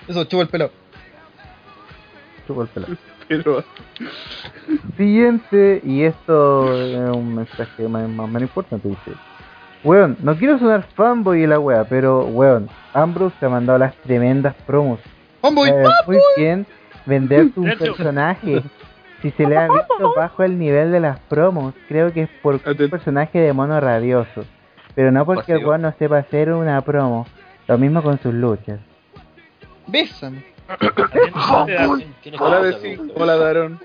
Eso, chupa el pelo. Chupa el pelo. Pero Siguiente, y esto es un mensaje más, más, más importante, dice. Weón, no quiero sonar fanboy de la wea, pero weón, Ambrose te ha mandado las tremendas promos. ¡Fanboy! Eh, muy bien vender tu personaje. Si se le ha visto bajo el nivel de las promos, creo que es por un personaje de mono radioso. Pero no porque el weón no sepa hacer una promo. Lo mismo con sus luchas. Bésame. Hola, Desi. Hola, Daron.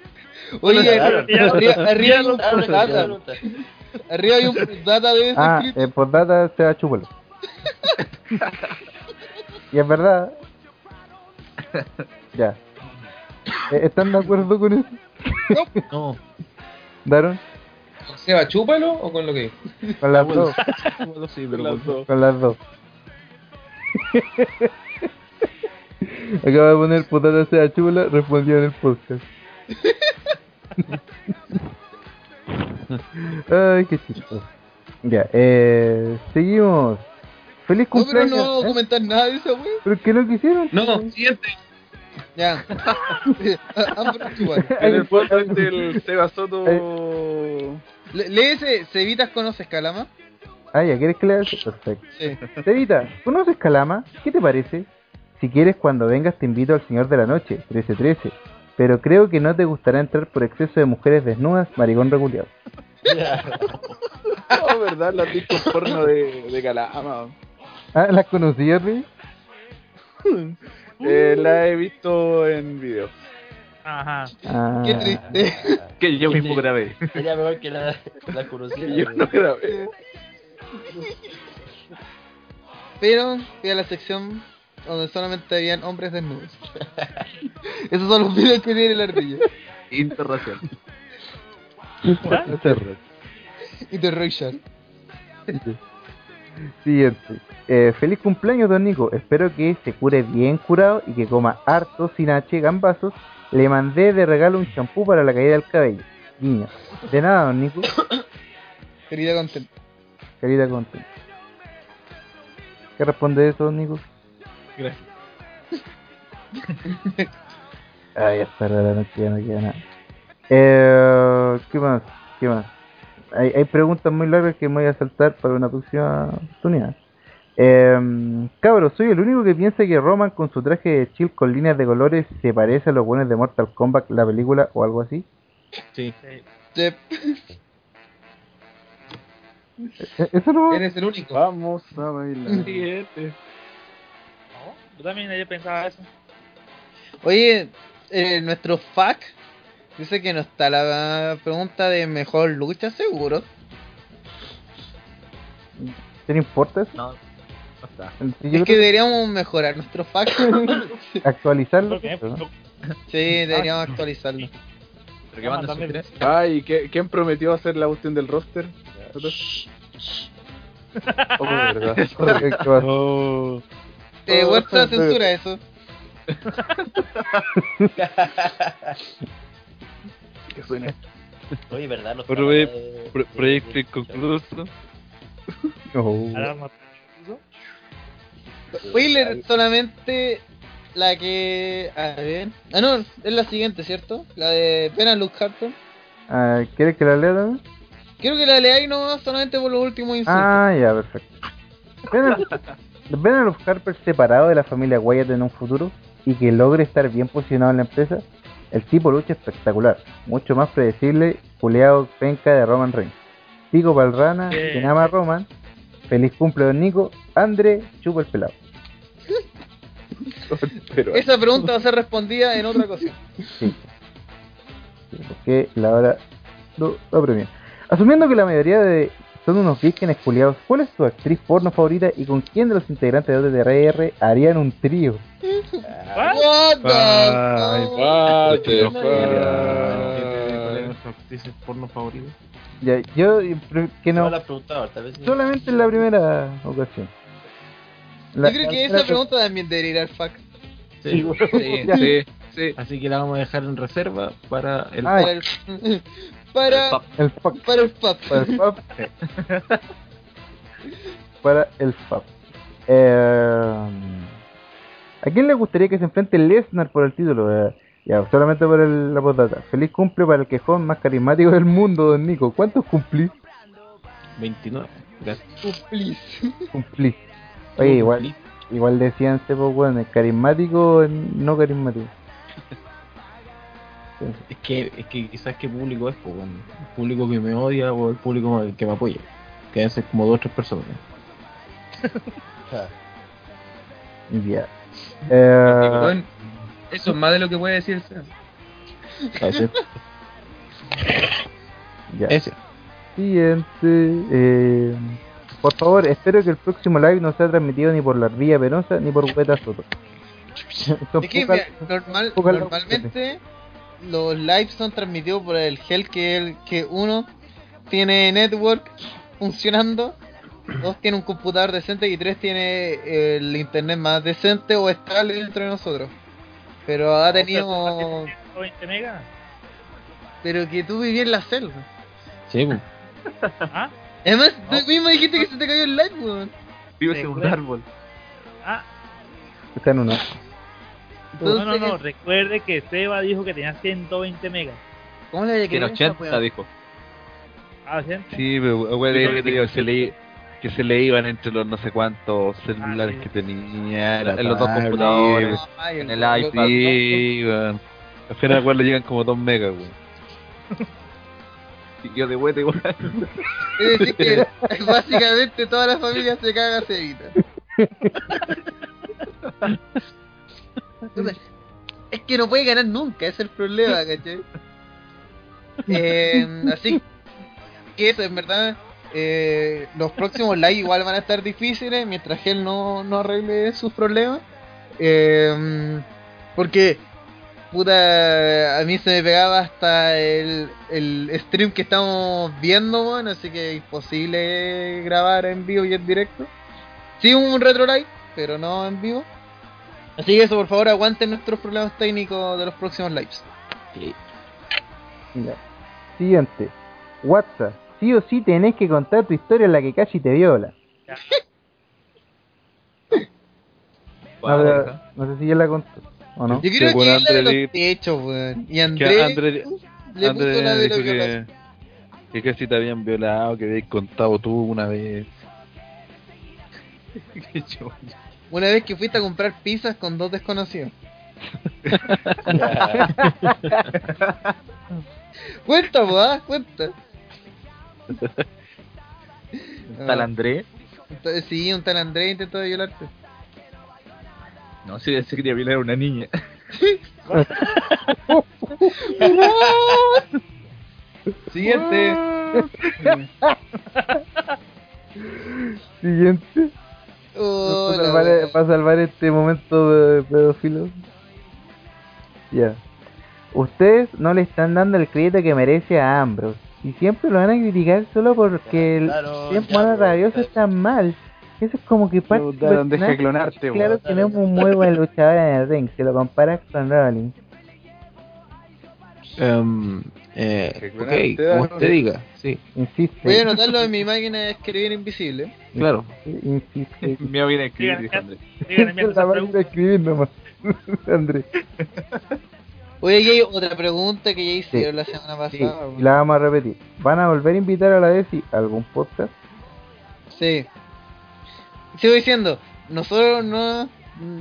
Oye, Hola, arriba, arriba, Daron. hay un postdata. Arriba hay un postdata de ese Ah, clip. eh, por data se va chupelo. y es verdad. Ya. Eh, ¿Están de acuerdo con eso? No. ¿Daron? ¿Con Seba Chúpalo o con lo que? Con las dos. Sí, pero Las dos. Con las dos. Acaba de poner putata sea chula, respondió en el podcast. Ay, qué chistoso. Ya, eh, seguimos. Feliz No, pero cumpleaños. no vamos a ¿eh? comentar nada de esa weón. ¿Pero qué lo Ah, quisieron? siguiente. Ya. Ambro igual. En el Eh. podcast del Seba Soto. Le- Lee ese, Cevitas conoces Calama. Ah, ya, ¿quieres que le haga? Perfecto. Sí. Tevita, ¿conoces Calama? ¿Qué te parece? Si quieres, cuando vengas te invito al Señor de la Noche, 1313. Pero creo que no te gustará entrar por exceso de mujeres desnudas, maricón reculeado. No, oh, verdad, las discos porno de, de Calama. Ah, ¿las conocías, Rey? Eh, la he visto en video. Ajá. Ah. Qué triste. Que yo mismo grabé. Sería mejor que la, la conociera. Yo no grabé. Pero fui a la sección donde solamente habían hombres desnudos. Esos son los videos que tiene la ardilla. Interracial. Interracial. Siguiente. Eh, feliz cumpleaños, don Nico. Espero que se cure bien curado y que coma harto, sin H, gambazos. Le mandé de regalo un champú para la caída del cabello. Guiño. De nada, don Nico. Querida contenta. Querida contenta. ¿Qué responde eso, don Nico? Gracias. Ay, hasta la noche ya no queda nada. Eh, ¿Qué más? ¿Qué más? Hay, hay preguntas muy largas que me voy a saltar para una próxima oportunidad. Eh, cabros, soy el único que piensa que Roman con su traje de chill con líneas de colores se parece a los buenos de Mortal Kombat, la película o algo así. Sí. Yep. Eh, Eso no. Eres el único. Vamos a bailar. Siguiente. Yo también ayer pensaba eso. Oye, eh, nuestro fac dice que no está la pregunta de mejor lucha, seguro. ¿Te importa eso? No, no está. Sí, yo Es que creo Ah. deberíamos mejorar nuestro fac. que actualizarlo. Porque, eso, ¿no? Sí, deberíamos actualizarlo. Oh, Pero que manden sus Mándame. tres. Ay, ¿qué, ¿quién prometió hacer la cuestión del roster? Oh, verdad. Porque, ¿qué pasa? No. Eh, WhatsApp censura eso. Que suena. Oye, ¿verdad? No Otro estaba vez, de- pro- de- proyecto de- inconcluso. Oh. Alarma. Wheeler solamente la que. A ver. Ah, no, es la siguiente, ¿cierto? La de Pena Luke Harton. Ah, ¿Quieres que la lea también? Quiero que la leáis nomás solamente por los últimos insultos. Ah, ya, perfecto. Ven a- ¿Ven a los Harper separado de la familia Wyatt en un futuro y que logre estar bien posicionado en la empresa? El tipo lucha espectacular, mucho más predecible, culeado penca de Roman Reigns. Pico Balrana, Sí. quien ama a Roman, feliz cumple don Nico, Andre, chupa el pelado. Pero Esa pregunta va a ser respondida en otra ocasión. Sí, Porque la hora no, no premia. Asumiendo que la mayoría de Son unos vírgenes culiados. ¿Cuál es tu actriz porno favorita y con quién de los integrantes de DRR harían un trío? Este, actrices porno favoritas? Ya, yo eh, pre- que no. No la he preguntado, tal vez sí. Solamente en la primera ocasión. La- Yo creo la- que esa la- pregunta también debería ir al fax. Sí, sí, Ya. sí, sí. Así que la vamos a dejar en reserva para el. Ah, Para el, para, El fuck. para el pap. Para el pap. Para el FAP. Eh, ¿A quién le gustaría que se enfrente Lesnar por el título? Eh, ya, solamente por el- la postdata. Feliz cumple para el quejón más carismático del mundo, don Nico. ¿Cuántos cumplís? 29. Gracias. Please. Cumplís. Oye, igual, igual decían, este pues, weón, ¿es carismático o no carismático? Es que, es que quizás qué público es, po, weón. el público que me odia o el público que me apoya. Que deben ser como dos o tres personas. Ya. Eh, Weón, Eso es más de lo que puede decir el Seba. A veces. Ya. Ese. Siguiente. eh, por favor, espero que el próximo live no sea transmitido ni por la Ardilla Penosa ni por Gueta Soto. Son Es que, pocas- mira, normal- pocas las normalmente los lives son transmitidos por el gel que, el, que uno tiene network funcionando, dos tiene un computador decente y tres tiene eh, el internet más decente o estable dentro de nosotros. Pero ha tenido... 20 megas. Pero que tú vivías en la selva. Sí, po. ¿Ah? Además, tú mismo dijiste que se te cayó el live, weón. Vives Sí, en un claro. árbol. Ah, Está en una. no, no, no. Entonces, Recuerde que Seba dijo que tenía 120 megas. ¿Cómo le voy a creer Tiene a esa 80, weá? dijo. Ah, gente. Sí, pero weón, Yo era creo que, que digo, te- se le, que se le iban entre los no sé cuántos celulares sí. que tenía. la En los dos tablet, computadores. Ay, En el weón, iPad. lo- Sí, weón. Al final, weón, le llegan como 2 megas, weón. Y yo de vuelta igual. Es decir, que básicamente toda la familia se caga a Cevita. Entonces, es que no puede ganar nunca, ese es el problema, ¿cachai? Eh, así que eso, en verdad, eh, los próximos live igual van a estar difíciles mientras él no, no arregle sus problemas. Eh, porque, puta, a mí se me pegaba hasta el, el stream que estamos viendo, weón, así que imposible grabar en vivo y en directo. Sí, un retro live, pero no en vivo. Así que eso, por favor, aguanten nuestros problemas técnicos de los próximos lives. Ya. Siguiente. WhatsApp. Sí o sí tenés que contar tu historia en la que casi te viola. No, pero- no sé si ya la contó o no. Yo creo Sí, bueno, que es la de André los techos, weón. Y Que Andrés André- le puso la Andrés de dijo los que, que casi te habían violado, que habías contado tú una vez. Una vez que fuiste a comprar pizzas con dos desconocidos. cuenta, po, ah, cuenta. Está el André. Entonces, sí, Ah, un tal Andrés intentó violarte. No, si ese quería violar a una niña. Siguiente. Siguiente. Oh, para, la salvar, wea. para salvar este momento de pedófilo. Ya. Ustedes no le están dando el crédito que merece a Ambrose. Y siempre lo van a criticar solo porque el Claro, tiempo ya, mano pues, rabioso claro. está mal. Eso es como que parte No, del Darren, deja personaje. de clonarte, Claro, weón. tenemos un muy buen luchador en el ring. Si lo comparas con Rollins. Em, eh, Que ok, clonarte, como ¿no? usted diga. Sí, Insiste. Voy a anotarlo en mi máquina de escribir invisible. claro. Insiste. Me viene a escribir, dijo André. Sigan enviando la esas máquina de preguntas. escribir nomás. Andrés. Oye, aquí hay otra pregunta que ya hicieron Sí. la semana Sí, pasada. y la vamos a repetir. ¿Van a volver a invitar a la DECI a algún podcast? Sí. Sigo diciendo, nosotros no,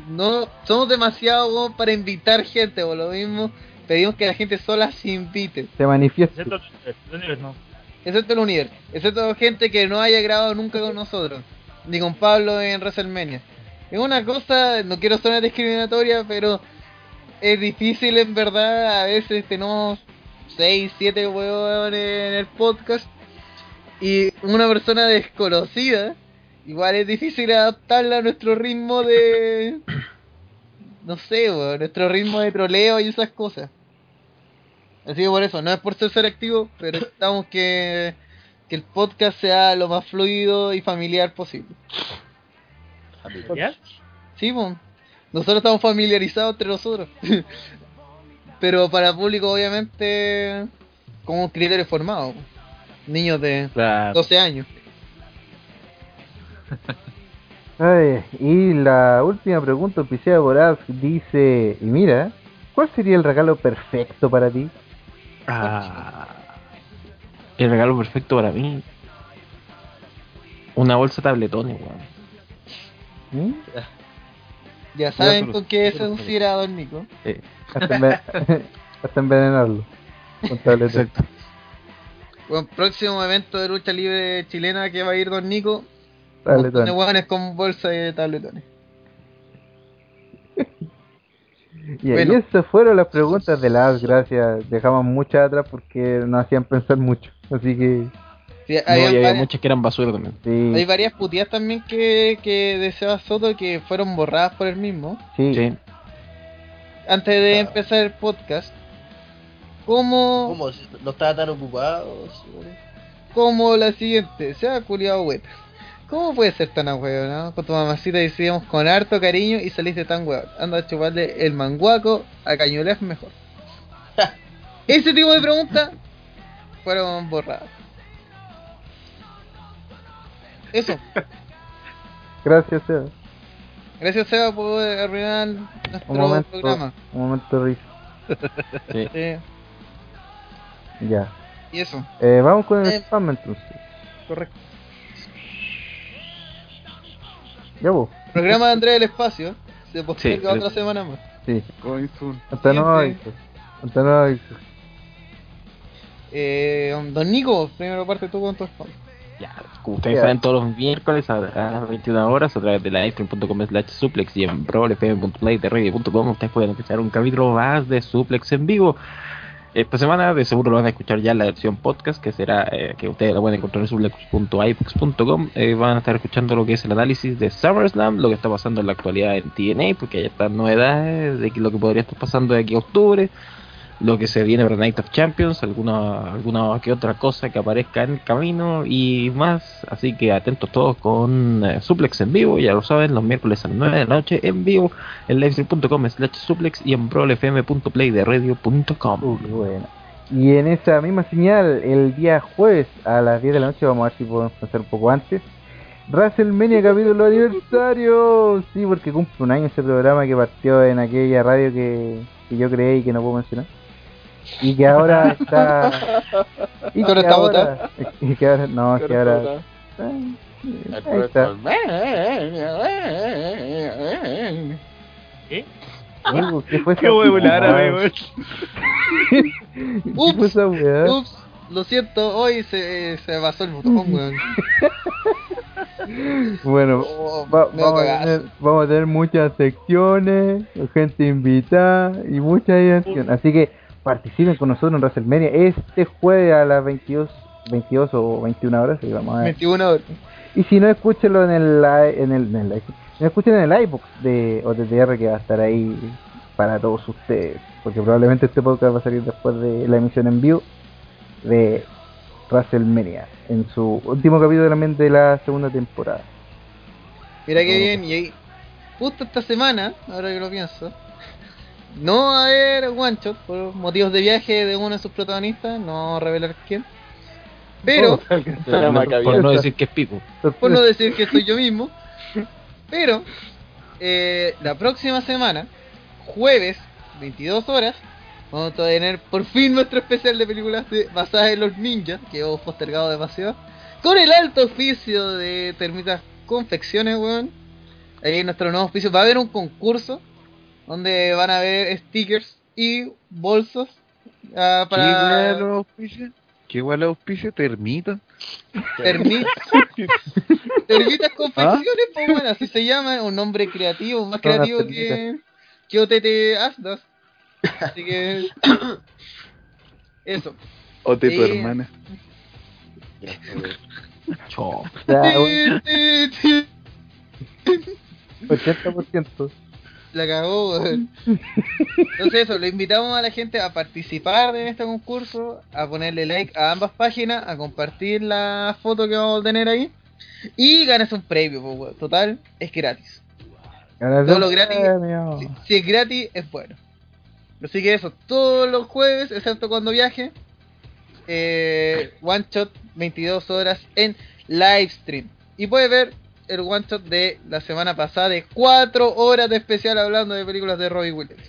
no somos demasiado como para invitar gente, o lo mismo, pedimos que la gente sola se invite, Se manifiesta. Excepto Juniors, no. excepto el Univer, excepto gente que no haya grabado nunca con nosotros, ni con Pablo en WrestleMania. Es una cosa, no quiero sonar discriminatoria, pero es difícil en verdad, a veces tenemos 6, 7 huevones en el podcast y una persona desconocida, igual es difícil adaptarla a nuestro ritmo de. No sé, weón, nuestro ritmo de troleo y esas cosas. Así que por eso, no es por ser ser activo, pero estamos que, que el podcast sea lo más fluido y familiar posible. ¿Familiar? Sí, pues. Nosotros estamos familiarizados entre nosotros. Pero para público, obviamente, con un criterio formado. Niños de 12 años. Ay, y la última pregunta, Pisea Boraz, dice, y mira, ¿cuál sería el regalo perfecto para ti? Ah, El regalo perfecto para mí. Una bolsa de tabletones, weón. Ya ¿Mm? Ya, saben pero- con qué pero- seducir a Don Nico. Hasta, enve- hasta envenenarlo. Con tableta. Bueno, próximo evento de lucha libre chilena que va a ir Don Nico. Tabletón. De hueones con bolsa de tabletones. Y ahí Bueno. esas fueron las preguntas de las gracias. Dejamos muchas atrás porque nos hacían pensar mucho. Así que... Sí, hay, no, y había varias, muchas que eran basura también. Sí, hay varias puteadas también que, que de Seba Soto que fueron borradas por él mismo. sí. Antes de empezar el podcast, como, ¿Cómo? Si No estaba tan ocupado. sí. como la siguiente, Seba culiado hueta. ¿Cómo puede ser tan ahueonado? Con tu mamacita decidimos con harto cariño y saliste tan hueón. Anda a chuparle el manguaco a Cañuelas mejor. Ese tipo de preguntas fueron borradas. Eso. Gracias, Seba. Gracias Seba por arruinar Un nuestro momento, programa. un momento de risa. Sí, Ya. y eso, Eh, vamos con el Eh. spam entonces. correcto. Ya vos. Programa de Andrés del Espacio. Se posterga Sí, pero- otra semana más. Sí. Coinsun. Hasta no Siguiente. aviso. Hasta no aviso. Eh, don Nico, primero parte tú con tu spam. Ya, como ustedes Ya. saben, todos los miércoles a, a las 21 horas a través de livestream.com slash suplex y en prolfm.playterradio.com ustedes pueden escuchar un capítulo más de suplex en vivo. Esta semana de seguro lo van a escuchar ya en la versión podcast que será eh, que ustedes la pueden encontrar en suplex.ibox.com Eh, van a estar escuchando lo que es el análisis de SummerSlam, lo que está pasando en la actualidad en TNA, porque hay estas novedades de que lo que podría estar pasando de aquí a octubre lo que se viene para Night of Champions, alguna, alguna que otra cosa que aparezca en el camino y más. Así que atentos todos con eh, Suplex en vivo, ya lo saben, los miércoles a las 9 de la noche en vivo en livestream.com slash suplex y en prolfm.playderradio.com. Uy, bueno. Y en esa misma señal, el día jueves a las 10 de la noche, vamos a ver si podemos hacer un poco antes. WrestleMania capítulo aniversario. Sí, porque cumple un año ese programa que partió en aquella radio que, que yo creé y que no puedo mencionar. Y que ahora está. Y Ahora está ahora, y que ahora. No, que ahora. Ahí está. ¿Qué? Uy, ¿Qué fue Qué huevo el árabe, weón. ¿Qué Ups. fue esa weá? Ups, lo siento, hoy se, se basó el botón, weón. Bueno, Oh, va- me va a vamos, a cagar. tener, vamos a tener muchas secciones, gente invitada y mucha diversión. Así que participen con nosotros en WrestleMania este jueves a las 22, 22 o 21 horas. sí, vamos a ver. 21 horas. Y si no, escúchenlo en el, li- en el, en el, li- no, escuchen en el iBox de OTTR que va a estar ahí para todos ustedes. Porque probablemente este podcast va a salir después de la emisión en vivo de WrestleMania, en su último capítulo también de la segunda temporada. Mira qué bien, y ahí, justo esta semana, ahora que lo pienso, no va a haber one shot por motivos de viaje de uno de sus protagonistas, no vamos a revelar quién. Oh, Pero, No, por no decir que es pico. por no decir que soy yo mismo, pero eh, la próxima semana, jueves, 22 horas, vamos a tener por fin nuestro especial de películas de- basadas en los ninjas, que hemos postergado demasiado, con el alto oficio de Termitas Confecciones, weón. Ahí en nuestro nuevo oficio va a haber un concurso donde van a haber stickers y bolsos ah, ¿Qué hueá para los auspicia? ¿Qué hueá los auspicia? ¿Termita? Termi- Termitas ¿Ah? Confecciones, pues bueno, así se llama, un nombre creativo, más Son las creativo que, que OTT Asdas. Así que. Eso. Eh, O de tu Sí. hermana. Chao. Ya, bueno. 80%. La cagó, weón. Entonces eso, lo invitamos a la gente a participar en este concurso, a ponerle like a ambas páginas, a compartir la foto que vamos a tener ahí. Y ganas un premio, pues, weón. Total, es gratis. Ganas Todo un lo gratis. premio. Si, si es gratis, es bueno. Así que eso, todos los jueves, excepto cuando viaje, eh, One Shot 22 horas en Livestream. Y puede ver el One Shot de la semana pasada de 4 horas de especial hablando de películas de Robbie Williams.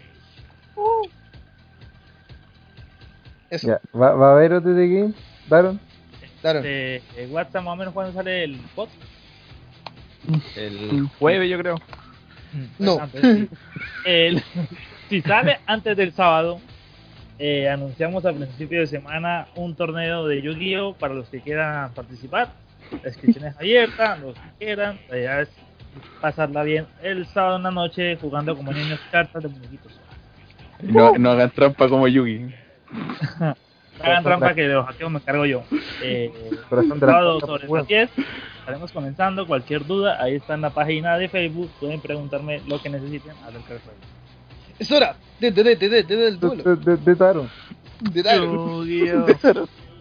Ya, ¿Va, va a haber OTT Game? ¿Daron? Este, eh, WhatsApp más o menos cuando sale el pod. El jueves, yo creo. No. El- si sale antes del sábado, eh, anunciamos a principio de semana un torneo de Yu-Gi-Oh! para los que quieran participar. La inscripción es abierta, los que quieran. La idea es pasarla bien el sábado en la noche jugando como niños cartas de muñequitos. No, no hagan trampa como Yugi. No hagan trampa que de los hackeos me encargo yo. Eh, Corazón de la sábado puta, sobre bueno. las 10. Estaremos comenzando. Cualquier duda, ahí está en la página de Facebook. Pueden preguntarme lo que necesiten acerca del juego. Es hora de, de, de, de, de- del duelo. De, de, de Daron. De Daron.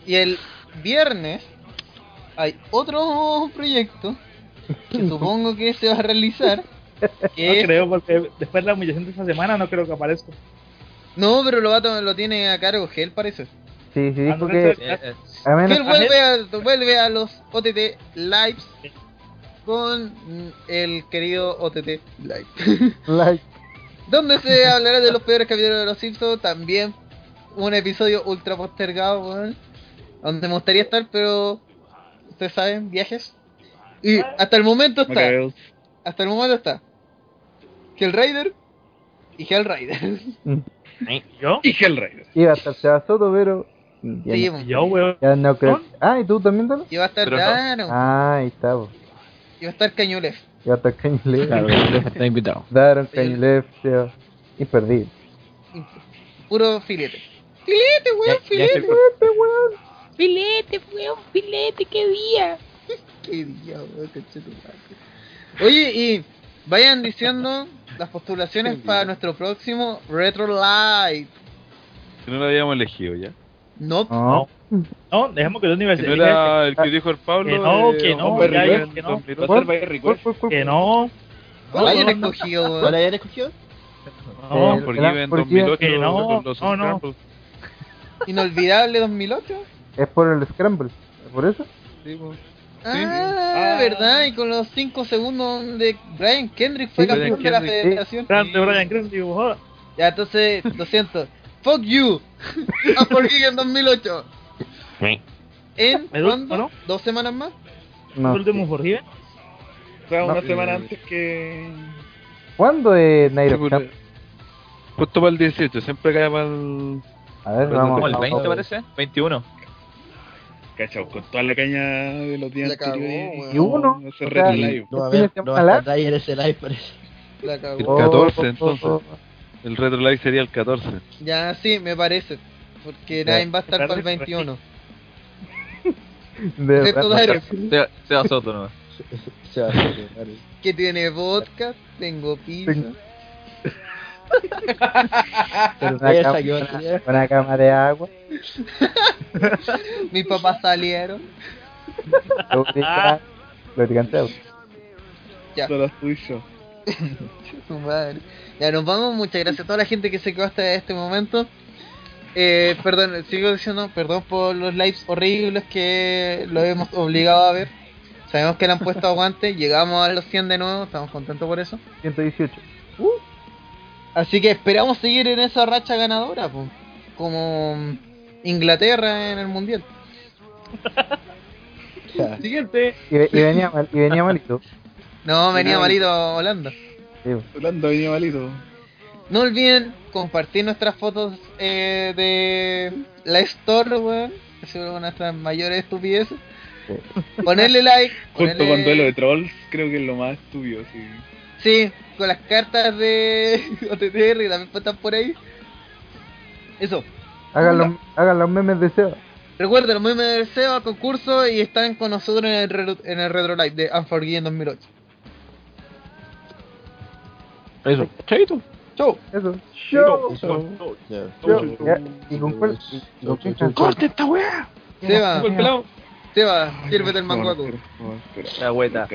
Y el viernes hay otro proyecto que supongo que se va a realizar. Que No es- creo, porque después de la humillación de esta semana no creo que aparezca. no, pero lo, va a to- lo tiene a cargo Gel, parece. Sí, sí, dijo Andrés, que. eh, A menos- Gel vuelve a, vuelve a los OTT Lives con mm, el querido OTT Live. Like. donde se hablará de los peores capítulos de los Simpsons, también un episodio ultra postergado, weón, donde me gustaría estar, pero ustedes saben, viajes. Y hasta el momento está, hasta el momento está, Hellraider y Hellraider. ¿Yo? Y Hellraider. Iba a estar Seba Soto, pero. Ya Sí, no, weón. Yo, weón. ya pues, no creo. Ah, ¿y tú también, Daron? Y va a estar Pero no. Dano, Ah, ahí está. po. y va a estar Cañulef. Ya está Cañulef. Claro, Cañulef está invitado. Daron, Cañulef, Seba. Imperdible. Puro filete. Filete, weón, Ya- ya filete. que- weón. Filete, weón, filete, qué día. qué día, weón, conchetumare. Oye, y vayan diciendo las postulaciones para nuestro próximo Retro Live. Que no lo habíamos elegido ya. No, No. No, dejemos que la Que universidad. no era el que dijo el Pablo. Que no, eh, que no, Hombre ya Rivera dijo que en no. 2012. Va a ser Que no. ¿Cuál No, hayan no, escogido, weón? ¿Cuál hayan escogido? No, por el- Given por 2008 Que no, con los no, no. Scrambles. Inolvidable 2008. Es por el Scramble. ¿Por eso? Sí, pues. Ah, verdad, y con los 5 segundos donde Brian Kendrick fue Sí, campeón Brian de la Kendrick, sí. federación. Grande Brian Crespi, joda. Ya, entonces, lo siento. Fuck you. A por en 2008. ¿En ¿El último, cuándo? no? ¿Dos semanas más? No. ¿El último por Given? O sea, una No. semana antes que. ¿Cuándo es Night Sí, of pues, Champ? Justo para el 18, siempre cae para el. A ver, Pero vamos. como el vamos. 20 parece? 21. Cachao, con toda la caña de los días La cagó, anteriores. weón. Y uno. Ese o red sea, live. No va a ¿Tiene haber, que no va jalar? a estar en ese live, parece. La El cagó. Oh, 14, oh, entonces. oh. El Retro Live sería el 14. Ya, sí, me parece. Porque Ya. nadie va a estar para el 21. De Excepto verdad. Dario, Sea, sea Soto nomás. Se va a hacer, vale. que tiene vodka, tengo pizza. Tengo- Pero una, Esa cama, que va a una, tener. una cama de agua. Mis papás salieron. lubricante- lubricante de agua. Ya. Todo lo tuyo. Su madre. Ya nos vamos, muchas gracias a toda la gente que se quedó hasta este momento. Eh, perdón, sigo diciendo perdón por los lives horribles que lo hemos obligado a ver. Sabemos que le han puesto aguante, llegamos a los 100 de nuevo, estamos contentos por eso. 118. Así que esperamos seguir en esa racha ganadora, po. como Inglaterra en el Mundial. Siguiente. Y, ve- y venía, mal- y venía malito. No, venía Final. malito Holanda. Sí, pues. bo. Hablando de malito. No olviden compartir nuestras fotos eh, de la Store, weón. Es una de nuestras mayores estupideces. Ponerle like. Junto ponerle- con Duelo de Trolls, creo que es lo más estúpido, sí. Sí, con las cartas de OTTR que también están por ahí. Eso. Hagan los, hagan los memes de Seba. Recuerden, los memes del SEO al concurso y están con nosotros en el, re- en el Retro Live de Unforgiven 2008. Eso. Chaito. Chau. Eso. Chau. Yo- ya, ¿Y con cuál? y- y con qué canción? ¡Corte esta weá! Seba, Sube el pelado. Seba, sírvete el manguaco. La hueta.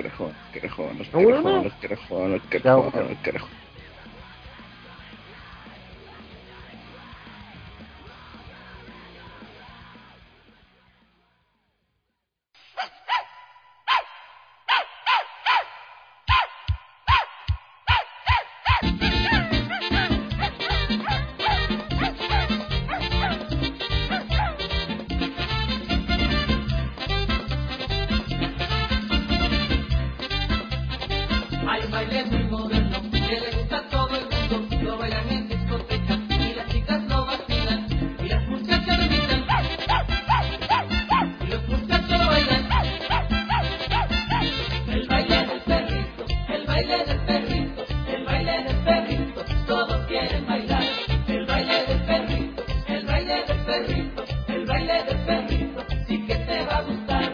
Hay un baile muy moderno que le gusta a todo el mundo. Lo bailan en discotecas y las chicas lo vacilan. Y las muchachas lo imitan. Y los muchachos lo bailan. El baile del perrito, el baile del perrito, el baile del perrito. Todos quieren bailar. El baile del perrito, el baile del perrito, el baile del perrito. Sí que te va a gustar.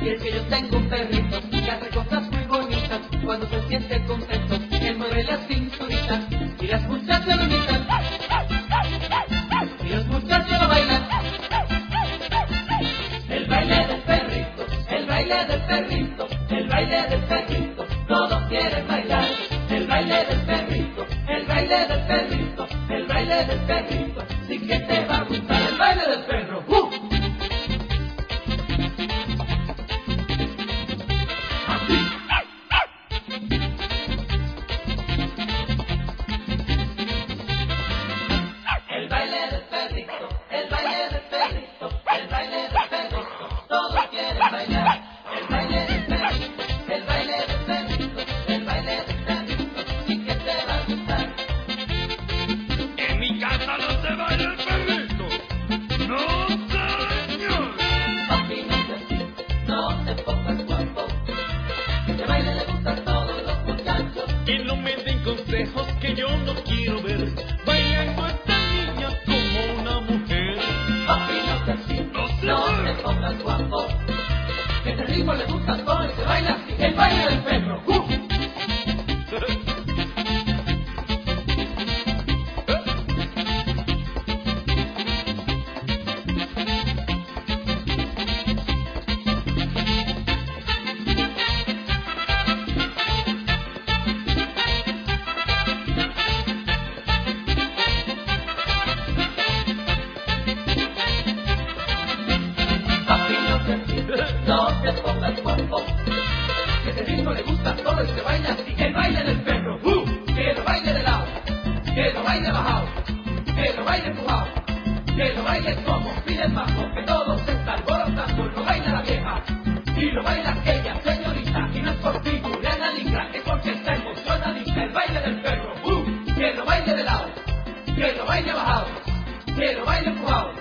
Y es que yo tengo un perrito que hace cosas muy bonitas cuando se siente contento. Él mueve las cinturitas y las muchachas lo imitan. Y los muchachos lo bailan. El baile del perrito, el baile del perrito, el baile del perrito. Todos quieren bailar. El baile del perrito, el baile del perrito, el baile del perrito. Sí que te va a gustar el baile del perro. ¡Uh! El baile del perrito, el baile del perrito, el baile del perrito, todos quieren bailar. El baile del perrito, el baile del perrito, el baile del perrito, sí que te va a gustar. En mi casa no se baila el perrito, no señor. Papi, no te excites, no te pongas guapo, que te baile le gusta a todos los muchachos. Y no me den consejos que yo no quiero ver, bailando esta niña como una mujer. Papi, no te excites, no te pongas guapo, que este ritmo le gusta a todos y se baila así, el baile del perro. ¡Uh! Papi, no te excites, no te pongas guapo. Que ese ritmo le gusta a todos y se baila así. El baile del perro, ¡uh! que lo baile de lado, que lo baile bajado, que lo baile empujado, que lo baile como pide bajo, que todos se están alborotando. Lo baila la vieja y lo baila aquella señorita. Y no es por figura nalita, es porque está emocionadita. El baile del perro, ¡uh! que lo baile de lado, que lo baile bajado, que lo baile empujado.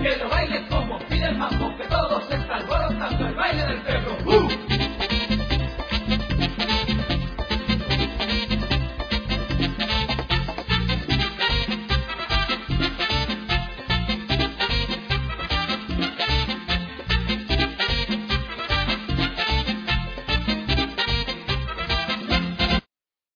Que lo baile como pide el mambo, que todos se están alborotando el baile del perro. uh,